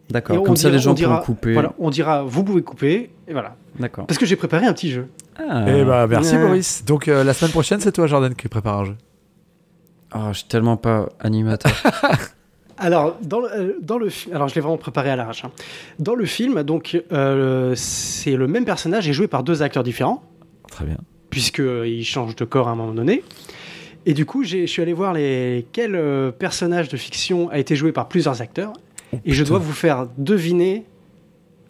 Speaker 4: Et
Speaker 1: d'accord.
Speaker 4: on
Speaker 1: Comme ça,
Speaker 4: dira-
Speaker 1: les gens
Speaker 4: on dira-
Speaker 1: pourront couper.
Speaker 4: Voilà, on dira, vous pouvez couper, et voilà.
Speaker 1: D'accord.
Speaker 4: Parce que j'ai préparé un petit jeu.
Speaker 1: Ah.
Speaker 3: Eh ben, merci
Speaker 4: Ouais.
Speaker 3: Boris. Donc euh, la semaine prochaine, c'est toi, Jordan, qui prépare un jeu.
Speaker 1: Oh, je suis tellement pas animateur.
Speaker 4: Alors, dans le, euh, dans le fi- alors je l'ai vraiment préparé à l'arrache. hein. Dans le film, donc, euh, c'est le même personnage est joué par deux acteurs différents,
Speaker 3: Très bien.
Speaker 4: puisqu'il euh, change de corps à un moment donné. Et du coup, j'ai- je suis allé voir les, quel euh, personnage de fiction a été joué par plusieurs acteurs, et je dois vous faire deviner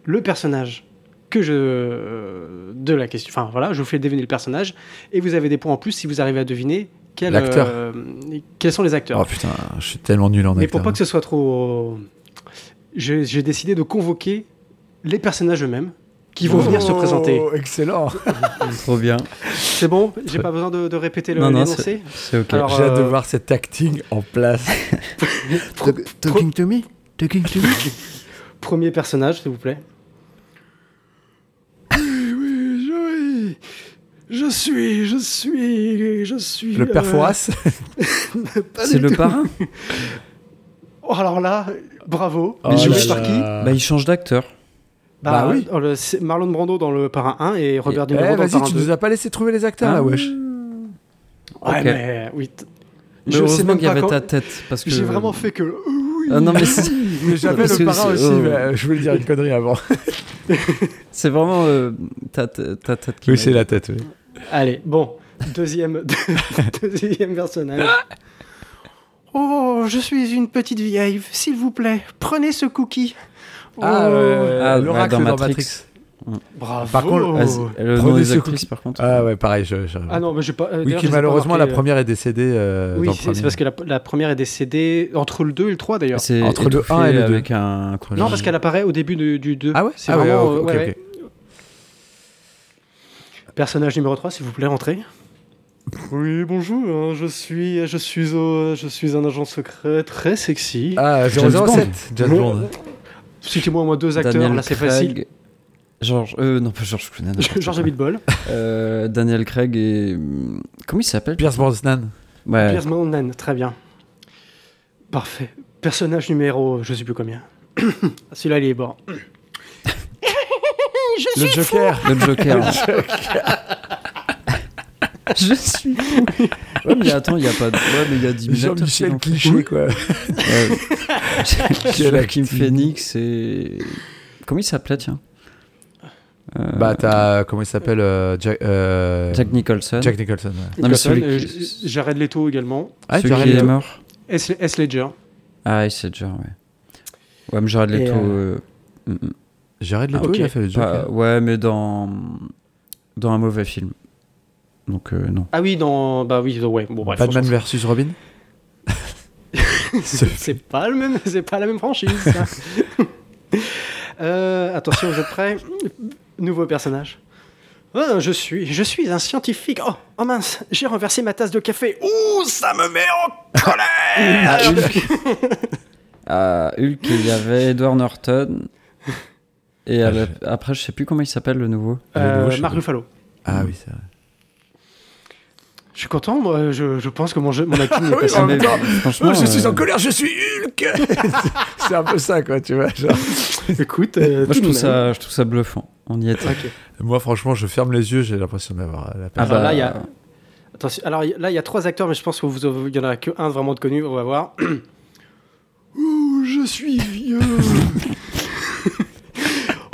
Speaker 4: le personnage que je euh, de la question. Enfin voilà, je vous fais deviner le personnage, et vous avez des points en plus si vous arrivez à deviner quel,
Speaker 3: L'acteur.
Speaker 4: euh, quels sont les acteurs.
Speaker 3: Oh putain, je suis tellement nul en
Speaker 4: Mais
Speaker 3: acteur.
Speaker 4: pour pas que ce soit trop. je- J'ai décidé de convoquer les personnages eux-mêmes qui vont venir se
Speaker 3: Oh,
Speaker 4: présenter.
Speaker 3: Excellent.
Speaker 1: Trop bien.
Speaker 4: C'est bon J'ai pas besoin de, de répéter le
Speaker 1: Non, non,
Speaker 4: l'énoncé
Speaker 1: C'est ok.
Speaker 4: Alors,
Speaker 3: J'ai hâte de
Speaker 4: euh,
Speaker 3: voir cet acting en place.
Speaker 4: Talking
Speaker 1: to me Talking to me
Speaker 4: Premier personnage, s'il vous plaît. Oui, oui, je, Ah oui. je suis, je suis, je suis.
Speaker 3: Le père
Speaker 4: euh,
Speaker 3: Fouras.
Speaker 4: pas
Speaker 1: C'est
Speaker 4: du
Speaker 1: le
Speaker 4: tout.
Speaker 1: parrain
Speaker 4: Oh, alors là, bravo.
Speaker 1: Mais
Speaker 3: Oh
Speaker 4: joué
Speaker 1: Oh là
Speaker 4: par qui
Speaker 1: Bah, il change d'acteur.
Speaker 3: Bah oui.
Speaker 4: oh, le- c'est Marlon Brando dans le parrain 1 et Robert
Speaker 3: Eh,
Speaker 4: De Ah, Niro dans le
Speaker 3: vas-y,
Speaker 4: parrain
Speaker 3: tu
Speaker 4: 2.
Speaker 3: nous as pas laissé trouver les acteurs là, wesh.
Speaker 4: Ouais,
Speaker 1: Ok.
Speaker 4: mais oui. t-
Speaker 1: Mais heureusement qu'il y avait
Speaker 4: quand-
Speaker 1: ta tête. Parce que...
Speaker 4: J'ai vraiment fait que. euh, oui.
Speaker 1: Ah non, mais c'est
Speaker 3: Mais j'avais
Speaker 1: Parce
Speaker 3: le
Speaker 1: que
Speaker 3: parrain
Speaker 1: c'est-
Speaker 3: aussi,
Speaker 1: oh.
Speaker 3: mais, euh, je voulais dire une connerie avant.
Speaker 1: c'est vraiment euh, ta, ta- ta tête qui.
Speaker 3: Oui,
Speaker 1: m'a-
Speaker 3: c'est la tête. oui.
Speaker 4: Allez, bon. Deuxième, deuxième personnage. Oh, je suis une petite vieille. S'il vous plaît, prenez ce cookie.
Speaker 3: Ah,
Speaker 4: Oh.
Speaker 3: euh,
Speaker 1: Ah,
Speaker 3: l'oracle
Speaker 1: dans
Speaker 3: dans
Speaker 1: Matrix.
Speaker 3: Matrix.
Speaker 4: Bravo.
Speaker 3: par contre,
Speaker 1: Vas-y, Le nom
Speaker 3: Prenez
Speaker 1: des
Speaker 3: ce
Speaker 1: actrices,
Speaker 3: cookie.
Speaker 1: par contre.
Speaker 3: Ah ouais, pareil. Je, je-
Speaker 4: Ah non, mais j'ai pas. euh,
Speaker 3: oui,
Speaker 4: d'ailleurs, je
Speaker 3: qui
Speaker 4: les ai pas
Speaker 3: malheureusement la
Speaker 4: marqués, euh.
Speaker 3: première est décédée. euh,
Speaker 4: Oui,
Speaker 3: dans le
Speaker 4: c'est-
Speaker 3: premier.
Speaker 4: c'est parce que la, la première est décédée entre le 2 et le 3 d'ailleurs.
Speaker 1: Ah, C'est
Speaker 3: Entre le
Speaker 1: étouffé
Speaker 3: un et le deux.
Speaker 1: Avec un
Speaker 4: Non, parce qu'elle apparaît au début du, du 2.
Speaker 3: euh, Ah ouais.
Speaker 4: C'est
Speaker 3: Ah ouais,
Speaker 4: vraiment.
Speaker 3: ok,
Speaker 4: euh,
Speaker 3: ok,
Speaker 4: ouais,
Speaker 3: ok.
Speaker 4: ouais. Personnage numéro 3, s'il vous plaît, entrez. Oui, bonjour, hein, je suis, je suis, au- je suis un agent secret très sexy.
Speaker 3: Ah,
Speaker 1: James
Speaker 3: 007, James
Speaker 4: Bond.
Speaker 3: Bond.
Speaker 4: Citez-moi au moins deux acteurs,
Speaker 1: Daniel
Speaker 4: là c'est
Speaker 1: Craig,
Speaker 4: facile.
Speaker 1: George, euh, non pas George Clooney. n'importe
Speaker 4: George
Speaker 1: quoi.
Speaker 4: Abitbol,
Speaker 1: Euh, Daniel Craig et hum, comment il s'appelle
Speaker 3: Pierce Brosnan.
Speaker 1: Ouais.
Speaker 4: Pierce Brosnan, très bien. Parfait. Personnage numéro, je sais plus combien. Celui-là, il est mort.
Speaker 3: Le Joker.
Speaker 1: Le Joker. Je suis. fou. Ouais, mais attends, il y a pas. De... Ouais, mais il y a 10 000 acteurs qui
Speaker 3: Jean-Michel
Speaker 1: l'ont fait.
Speaker 3: Cliché, quoi.
Speaker 4: Euh,
Speaker 1: Ouais.
Speaker 3: Quel
Speaker 1: Joaquin
Speaker 3: acting.
Speaker 1: Phoenix et comment il s'appelait tiens Euh,
Speaker 3: Bah, t'as, comment il s'appelle euh, Jack, euh,
Speaker 1: Jack Nicholson.
Speaker 3: Jack Nicholson. ouais.
Speaker 1: Non, mais celui
Speaker 4: Nicholson,
Speaker 1: qui-
Speaker 4: euh, J- Jared Leto également.
Speaker 3: Ah,
Speaker 1: Celui
Speaker 3: Jared
Speaker 1: qui est
Speaker 3: Leto.
Speaker 1: mort.
Speaker 4: S. S. Ledger.
Speaker 1: Ah, c'est Ledger, ouais. Ouais, mais Jared
Speaker 4: Et,
Speaker 1: Leto.
Speaker 4: euh,
Speaker 1: euh, mm, mm.
Speaker 3: Jared Leto,
Speaker 4: Ah, ok.
Speaker 3: il a fait le Joker.
Speaker 1: Pas- euh, ouais, mais dans dans un mauvais film. Donc euh, non.
Speaker 4: Ah oui, dans. Bah oui, ouais. Bon, bref,
Speaker 3: Batman
Speaker 4: franchement,
Speaker 3: versus Robin
Speaker 4: c'est- c'est pas le même, c'est pas la même franchise. ça. Euh, attention, vous êtes prêts Nouveau personnage. Ah, je suis, je suis un scientifique. Oh, oh mince, j'ai renversé ma tasse de café. Ouh, ça me met en
Speaker 1: Ah,
Speaker 4: colère.
Speaker 1: Hulk. Ah, Hulk, il y avait Edward Norton. Et à la- après, je sais plus comment il s'appelle le nouveau.
Speaker 4: Euh,
Speaker 3: Le nouveau, je-
Speaker 4: Marc Ruffalo.
Speaker 3: Ah oui, c'est vrai.
Speaker 4: Je suis content, moi. Je, je pense que mon, jeu, mon acting est passé.
Speaker 1: Ah, mais franchement, euh,
Speaker 3: colère, je suis Hulk C'est un peu ça, quoi, tu vois. genre.
Speaker 4: Écoute, euh,
Speaker 1: Moi, je
Speaker 4: tout de
Speaker 1: trouve,
Speaker 4: même. Ah,
Speaker 1: ça, je trouve ça bluffant. On y était.
Speaker 4: Ok.
Speaker 3: Moi, franchement, je ferme les yeux, j'ai l'impression d'avoir la
Speaker 1: Ah
Speaker 3: peur.
Speaker 4: Alors
Speaker 1: bah,
Speaker 4: là, il y a- Attention, alors y- là, il y a trois acteurs, mais je pense qu'il y en a que un vraiment de connu. On va voir. Ouh, je suis vieux.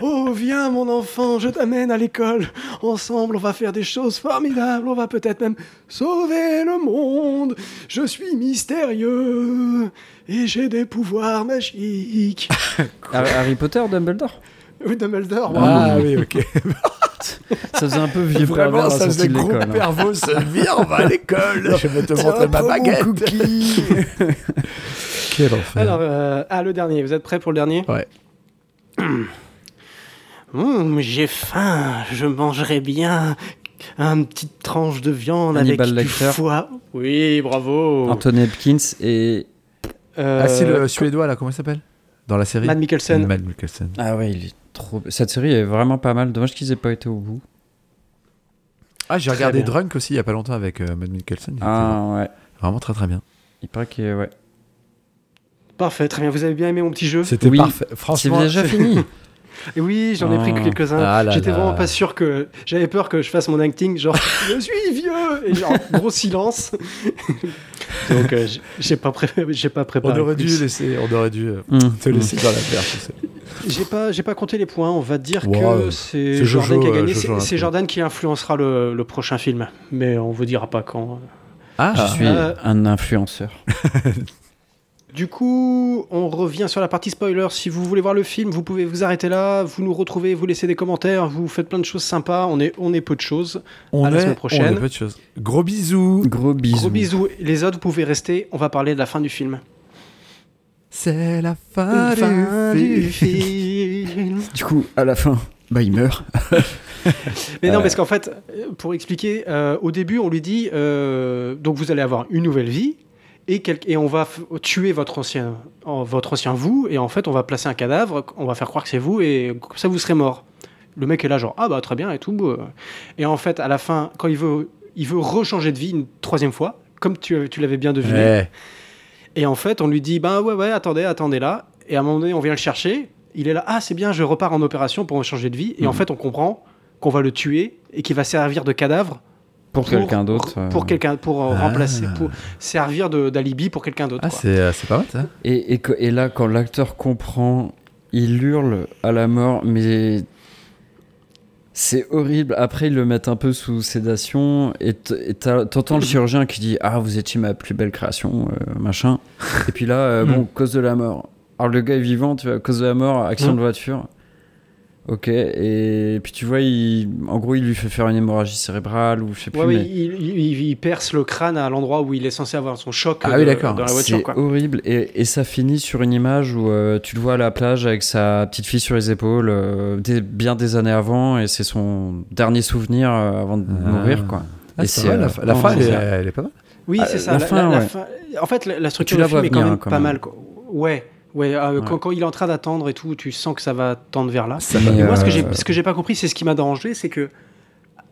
Speaker 4: oh, viens, mon enfant, je t'amène à l'école. Ensemble, on va faire des choses formidables. On va peut-être même sauver le monde. Je suis mystérieux et j'ai des pouvoirs magiques.
Speaker 1: Harry Potter, Dumbledore.
Speaker 4: Oui, Dumbledore. bravo.
Speaker 3: Ah oui, ok.
Speaker 1: Ça faisait un peu vieux pervers à la sortie de l'école, hein.
Speaker 3: pervos. Viens, on va à l'école. Je vais te Quel enfer.
Speaker 4: Alors, euh, ah, le dernier, vous êtes prêts pour le dernier
Speaker 3: Ouais.
Speaker 4: Hum, j'ai faim, je mangerai bien une petite tranche de viande
Speaker 1: Hannibal
Speaker 4: avec
Speaker 1: Lecter.
Speaker 4: du foie. Oui, bravo.
Speaker 1: Anthony Hopkins et
Speaker 4: Euh,
Speaker 3: ah, c'est le suédois, là, comment il s'appelle Dans la série
Speaker 4: Matt Mikkelsen.
Speaker 3: Matt Mikkelsen.
Speaker 1: ah ouais, il est trop. Cette série est vraiment pas mal. Dommage qu'ils aient pas été au bout.
Speaker 3: Ah, j'ai
Speaker 4: Très
Speaker 3: regardé
Speaker 4: bien.
Speaker 3: Drunk aussi il y a pas longtemps avec euh, Matt Mikkelsen. il
Speaker 1: Ah ouais.
Speaker 3: était Vraiment très très bien.
Speaker 1: Il paraît que ouais.
Speaker 4: Parfait, très bien. Vous avez bien aimé mon petit jeu
Speaker 3: C'était
Speaker 1: Oui.
Speaker 3: parfait.
Speaker 1: C'est
Speaker 3: Franchement,
Speaker 1: déjà fini.
Speaker 4: Et Oui, j'en ai pris
Speaker 1: Ah.
Speaker 4: que quelques-uns.
Speaker 3: Ah là
Speaker 4: J'étais
Speaker 3: là.
Speaker 4: vraiment pas sûr que. J'avais peur que je fasse mon acting, genre je suis vieux et genre gros silence. Donc euh, j'ai- j'ai pas, pré- j'ai pas
Speaker 3: on
Speaker 4: préparé.
Speaker 3: aurait dû
Speaker 4: plus.
Speaker 3: laisser, on aurait dû euh,
Speaker 1: Hum,
Speaker 3: te
Speaker 1: hum.
Speaker 3: laisser dans la perte. tu sais.
Speaker 4: J'ai pas, j'ai pas compté les points. On va dire
Speaker 3: Wow.
Speaker 4: que c'est
Speaker 3: C'est
Speaker 4: Jordan
Speaker 3: Jojo,
Speaker 4: qui a
Speaker 3: euh,
Speaker 4: gagné.
Speaker 3: Jojo
Speaker 4: C'est-
Speaker 3: un
Speaker 4: C'est
Speaker 3: peu.
Speaker 4: Jordan qui influencera le, le prochain film, mais on vous dira pas quand.
Speaker 1: Je
Speaker 3: Ah,
Speaker 1: suis
Speaker 4: Euh,
Speaker 1: un influenceur.
Speaker 4: Du coup, on revient sur la partie spoiler. Si vous voulez voir le film, vous pouvez vous arrêter là. Vous nous retrouvez, vous laissez des commentaires, vous faites plein de choses sympas. On est, on est peu de choses.
Speaker 3: on
Speaker 4: à la
Speaker 3: est-
Speaker 4: semaine prochaine.
Speaker 3: on est peu de choses. Gros bisous.
Speaker 1: Gros bisous.
Speaker 4: Gros bisous. Les autres, vous pouvez rester. On va parler de la fin du film.
Speaker 3: C'est la fin,
Speaker 4: Fin
Speaker 3: du
Speaker 4: du
Speaker 3: film.
Speaker 4: film.
Speaker 1: Du coup, à la fin, bah il meurt.
Speaker 4: Mais non,
Speaker 1: Euh.
Speaker 4: parce qu'en fait, euh, pour expliquer, euh, au début, on lui dit euh, donc vous allez avoir une nouvelle vie et, quel- et on va f- tuer votre ancien, en- votre ancien vous et en fait, on va placer un cadavre, on va faire croire que c'est vous et comme ça, vous serez mort. Le mec est là, genre ah bah très bien et tout. euh. Et en fait, à la fin, quand il veut, il veut rechanger de vie une troisième fois, comme tu, tu l'avais bien deviné.
Speaker 3: Ouais.
Speaker 4: Et en fait, on lui dit, ben ouais, ouais, attendez, attendez là. Et à un moment donné, on vient le chercher. Il est là, ah, c'est bien, je repars en opération pour changer de vie. Et en
Speaker 1: Mhm.
Speaker 4: fait, on comprend qu'on va le tuer et qu'il va servir de cadavre
Speaker 1: Pour, quelqu'un d'autre. euh.
Speaker 4: Pour quelqu'un, pour euh,
Speaker 3: Ah.
Speaker 4: remplacer, pour servir de- d'alibi pour quelqu'un d'autre.
Speaker 3: Ah,
Speaker 4: quoi.
Speaker 3: c'est euh, c'est pas mal ça.
Speaker 1: Et, et que- et là, quand l'acteur comprend, il hurle à la mort, mais c'est horrible. Après, ils le mettent un peu sous sédation, et t- et t'as- t'entends le chirurgien qui dit Ah, vous étiez ma plus belle création, euh, machin. Et puis là, euh, bon, cause de la mort. Alors, le gars est vivant, tu vois, cause de la mort, action
Speaker 4: Mm.
Speaker 1: de voiture. Ok, et puis tu vois, il, en gros, il lui fait faire une hémorragie cérébrale ou je sais plus.
Speaker 4: Ouais, ouais,
Speaker 1: mais-
Speaker 4: il, il- il perce le crâne à l'endroit où il est censé avoir son choc
Speaker 3: Ah
Speaker 4: de-
Speaker 3: oui, d'accord.
Speaker 4: dans la voiture.
Speaker 1: C'est
Speaker 4: Quoi.
Speaker 1: horrible. Et, et ça finit sur une image où euh, tu le vois à la plage avec sa petite fille sur les épaules, euh, des- bien des années avant, et c'est son dernier souvenir euh, avant de
Speaker 3: Ah.
Speaker 1: mourir. Quoi.
Speaker 3: Ah,
Speaker 1: Et
Speaker 3: c'est
Speaker 1: c'est,
Speaker 3: pas mal,
Speaker 1: euh,
Speaker 3: la, la
Speaker 1: non,
Speaker 3: fin, elle,
Speaker 1: c'est
Speaker 3: est-
Speaker 1: ça.
Speaker 3: elle est pas mal.
Speaker 4: Oui,
Speaker 1: Ah,
Speaker 4: c'est
Speaker 1: la
Speaker 4: ça. la-
Speaker 1: fin,
Speaker 4: la- la
Speaker 1: ouais.
Speaker 4: fin- En fait, la, la structure
Speaker 1: Tu la
Speaker 4: du film
Speaker 1: vois
Speaker 4: est quand
Speaker 1: venir,
Speaker 4: même
Speaker 1: hein, quand
Speaker 4: pas
Speaker 1: même.
Speaker 4: mal. quoi. Ouais, ouais, euh, Quand,
Speaker 1: Ouais.
Speaker 4: quand il est en train d'attendre et tout, tu sens que ça va tendre vers là.
Speaker 3: Ça
Speaker 1: Mais,
Speaker 3: va.
Speaker 4: Et moi, ce que
Speaker 1: euh,
Speaker 4: j'ai, ce que j'ai pas compris, c'est ce qui m'a dérangé, c'est que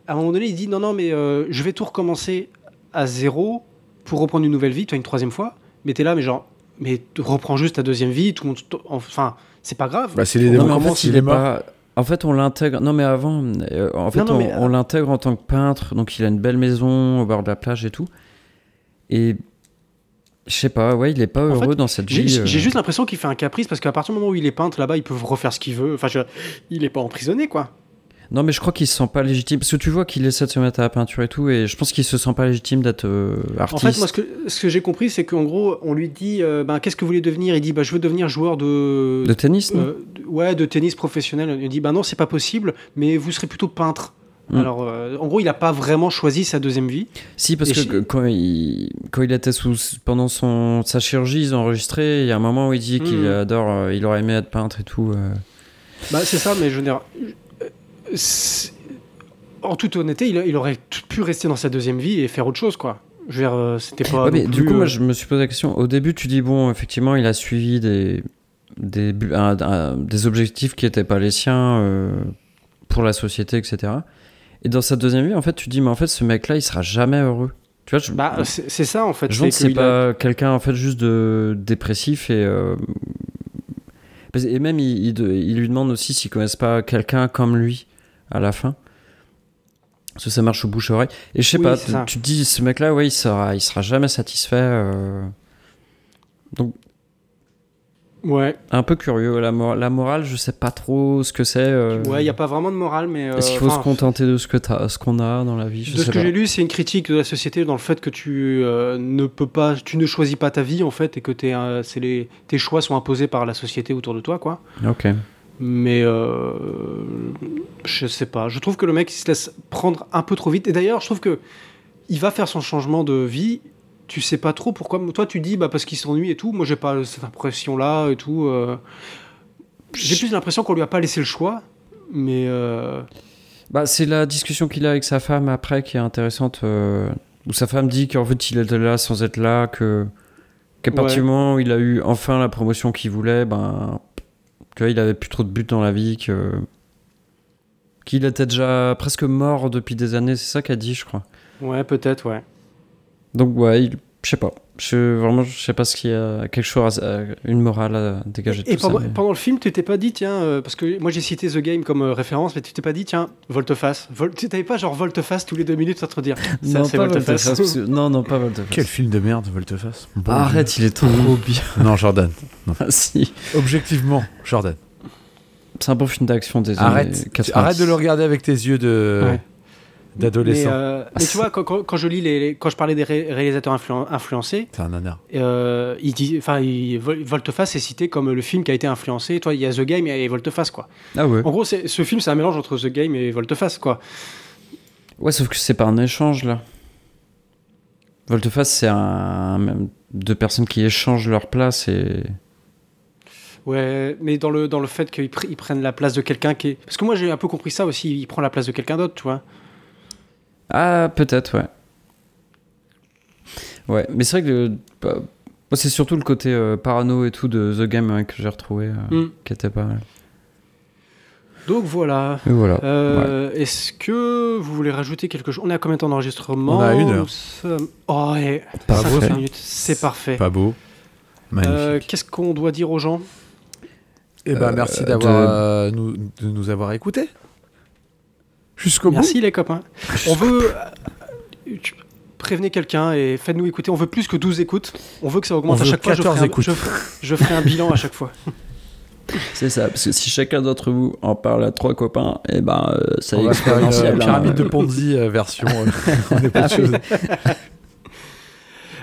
Speaker 4: à un moment donné, il dit non, non, mais euh, je vais tout recommencer à zéro pour reprendre une nouvelle vie, tu as une troisième fois. Mais t'es là, mais genre, mais tu reprends juste ta deuxième vie, tout le monde, t- enfin, c'est pas grave.
Speaker 3: Bah, c'est les
Speaker 1: Non,
Speaker 3: démons.
Speaker 1: mais en
Speaker 3: Comment
Speaker 1: fait,
Speaker 3: s'il
Speaker 1: il
Speaker 3: est
Speaker 1: est
Speaker 3: mort
Speaker 1: pas- En fait, on l'intègre. Non, mais avant, euh, en fait,
Speaker 4: non,
Speaker 1: on,
Speaker 4: mais, euh,
Speaker 1: on l'intègre en tant que peintre. Donc, il a une belle maison au bord de la plage et tout. Et je sais pas, ouais, il est pas heureux
Speaker 4: fait,
Speaker 1: dans cette
Speaker 4: J'ai,
Speaker 1: vie. euh.
Speaker 4: j'ai juste l'impression qu'il fait un caprice parce qu'à partir du moment où il est peintre là-bas, il peut refaire ce qu'il veut. Enfin, je- il est pas emprisonné, quoi.
Speaker 1: Non, mais je crois qu'il se sent pas légitime. Parce que tu vois qu'il essaie de se mettre à la peinture et tout, et je pense qu'il se sent pas légitime d'être euh,
Speaker 4: En
Speaker 1: artiste.
Speaker 4: fait, moi, ce que, ce que j'ai compris, c'est qu'en gros, on lui dit euh, ben, Qu'est-ce que vous voulez devenir Il dit bah, Je veux devenir joueur de.
Speaker 1: De tennis, non
Speaker 4: euh, de- ouais, de tennis professionnel. Il dit Bah non, c'est pas possible, mais vous serez plutôt peintre.
Speaker 1: Mm.
Speaker 4: Alors, euh, en gros, il a pas vraiment choisi sa deuxième vie.
Speaker 1: Si, parce
Speaker 4: Et
Speaker 1: que
Speaker 4: je-
Speaker 1: quand, il, quand il était sous, pendant son, sa chirurgie, ils ont enregistré. Il y a un moment où il dit qu'il
Speaker 4: Mhm.
Speaker 1: adore, euh, il aurait aimé être peintre et tout. euh.
Speaker 4: Bah, c'est ça, mais je veux dire, euh, c'est- En toute honnêteté, il, il aurait t- pu rester dans sa deuxième vie et faire autre chose, quoi. Je veux dire, euh, c'était pas.
Speaker 1: Ouais, mais
Speaker 4: non
Speaker 1: du
Speaker 4: plus,
Speaker 1: coup, moi,
Speaker 4: euh,
Speaker 1: je me suis posé la question. Au début, tu dis, bon, effectivement, il a suivi des, des, bu- un- un- des objectifs qui n'étaient pas les siens euh, pour la société, etc. Et dans sa deuxième vie, en fait, tu dis, mais en fait, ce mec-là, il sera jamais heureux. Tu vois, je,
Speaker 4: Bah, c'est c'est ça, en fait.
Speaker 1: je pense que c'est
Speaker 4: qu'il a-
Speaker 1: pas quelqu'un, en fait, juste de dépressif et. euh, parce- et même, il, il de- il lui demande aussi s'ils connaissent pas quelqu'un comme lui à la fin. Parce que ça marche au bouche-oreille. Et je sais
Speaker 4: Oui,
Speaker 1: pas,
Speaker 4: c'est
Speaker 1: tu-
Speaker 4: ça.
Speaker 1: tu te dis, ce mec-là, ouais, il sera, il sera jamais satisfait. euh,
Speaker 4: Ouais,
Speaker 1: un peu curieux. La, mor- la morale, je sais pas trop ce que c'est. euh,
Speaker 4: ouais, il n'y a pas vraiment de morale, mais. euh,
Speaker 1: Est-ce qu'il faut se
Speaker 4: enfin,
Speaker 1: contenter de ce que t'as- ce qu'on a dans la vie Je
Speaker 4: De
Speaker 1: sais
Speaker 4: ce que
Speaker 1: pas.
Speaker 4: j'ai lu, c'est une critique de la société dans le fait que tu euh, ne peux pas, tu ne choisis pas ta vie en fait, et que t'es, euh, c'est les, tes choix sont imposés par la société autour de toi, quoi.
Speaker 1: Ok.
Speaker 4: Mais euh, je sais pas. Je trouve que le mec il se laisse prendre un peu trop vite. Et d'ailleurs, je trouve que il va faire son changement de vie. Tu sais pas trop pourquoi. Toi, tu dis bah parce qu'il s'ennuie et tout. Moi, j'ai pas cette impression là et tout. euh. J'ai plus l'impression qu'on lui a pas laissé le choix. Mais euh,
Speaker 1: Bah, c'est la discussion qu'il a avec sa femme après qui est intéressante. euh, où sa femme dit qu'en fait, il était là sans être là, que qu'à partir
Speaker 4: Ouais.
Speaker 1: du moment où il a eu enfin la promotion qu'il voulait, ben, tu vois, il avait plus trop de but dans la vie, que qu'il était déjà presque mort depuis des années. C'est ça qu'elle dit, je crois.
Speaker 4: ouais, peut-être, ouais.
Speaker 1: Donc ouais, il- je sais pas. Je vraiment, je sais pas ce qu'il y a quelque chose, à- à- une morale à dégager. de
Speaker 4: Et
Speaker 1: tout ça,
Speaker 4: pendant,
Speaker 1: mais-
Speaker 4: pendant le film, tu t'es pas dit, tiens, euh, parce que moi j'ai cité The Game comme euh, référence, mais tu t'es pas dit, tiens, volte-face. Vol- tu t'avais pas genre volte-face tous les deux minutes sans te dire, ça
Speaker 1: non,
Speaker 4: c'est
Speaker 1: pas Volteface,
Speaker 4: volte-face.
Speaker 1: parce que- non, non, pas Volteface.
Speaker 3: Quel film de merde, Volteface. Bon
Speaker 1: Arrête, il est trop bien.
Speaker 3: Dieu. Non, Jordan.
Speaker 1: si.
Speaker 3: Objectivement, Jordan.
Speaker 1: C'est un bon film d'action des années
Speaker 3: Arrête.
Speaker 1: 90.
Speaker 3: Tu- Arrête de le regarder avec tes yeux de
Speaker 4: Ouais. mais,
Speaker 3: d'adolescent.
Speaker 4: euh, mais tu vois, quand, quand- quand je lis les, les- quand je parlais des ré- réalisateurs influen- influencés,
Speaker 3: T'es un nanar.
Speaker 4: euh, il dit, enfin, il- Vol- volte-face est cité comme le film qui a été influencé. Toi, il y a The Game et volte-face quoi.
Speaker 1: Ah ouais.
Speaker 4: En gros, c'est- ce film c'est un mélange entre The Game et volte-face quoi.
Speaker 1: Ouais, sauf que c'est pas un échange là. Volteface, c'est un même- deux personnes qui échangent leur place et
Speaker 4: Ouais, mais dans le dans le fait qu'ils pr- ils prennent la place de quelqu'un qui est, parce que moi j'ai un peu compris ça aussi, il prend la place de quelqu'un d'autre, tu vois.
Speaker 1: ah peut-être ouais. Ouais, mais c'est vrai que le- bah, moi, c'est surtout le côté euh, parano et tout de The Game hein, que j'ai retrouvé, euh,
Speaker 4: Mm.
Speaker 1: qui était pas mal.
Speaker 4: Donc voilà.
Speaker 1: Et voilà.
Speaker 4: Euh, Est-ce que vous voulez rajouter quelque chose On est à combien de temps d'enregistrement
Speaker 3: On a une heure.
Speaker 4: Nous sommes- Oh, et
Speaker 3: Pas
Speaker 4: 50
Speaker 1: beau, ça.
Speaker 4: minutes, c'est parfait.
Speaker 3: Pas beau. Magnifique.
Speaker 4: Euh, Qu'est-ce qu'on doit dire aux gens
Speaker 3: Eh ben, merci d'avoir euh, nous, de nous avoir écoutés. Jusqu'au bout.
Speaker 4: Merci les copains. On veut... euh, Tu- Prévenez quelqu'un et faites-nous écouter. On veut plus que 12 écoutes. On veut que ça augmente
Speaker 3: On
Speaker 4: à
Speaker 3: veut
Speaker 4: chaque fois. Je
Speaker 3: 14
Speaker 4: ferai, un,
Speaker 3: écoutes.
Speaker 4: je ferai- je ferai un bilan à chaque fois.
Speaker 1: C'est ça, parce que si chacun d'entre vous en parle à trois copains, et ben euh, ça
Speaker 3: On
Speaker 1: y est
Speaker 3: va faire une euh,
Speaker 1: exponentiel. hein.
Speaker 3: pyramide de Ponzi euh, version. euh, on est pas de choses.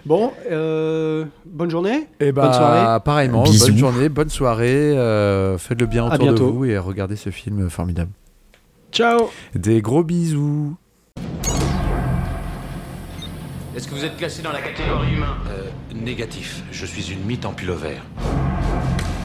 Speaker 4: Bon, euh, bonne journée.
Speaker 3: Eh ben,
Speaker 4: Bonne soirée.
Speaker 3: pareillement,
Speaker 1: Bisous.
Speaker 3: bonne journée, bonne soirée. euh, faites le bien
Speaker 4: À
Speaker 3: autour de
Speaker 4: bientôt.
Speaker 3: vous et regardez ce film formidable.
Speaker 4: Ciao
Speaker 3: Des gros bisous.
Speaker 5: Est-ce que vous êtes classé dans la catégorie humain
Speaker 6: Euh, négatif. Je suis une mythe en pullover.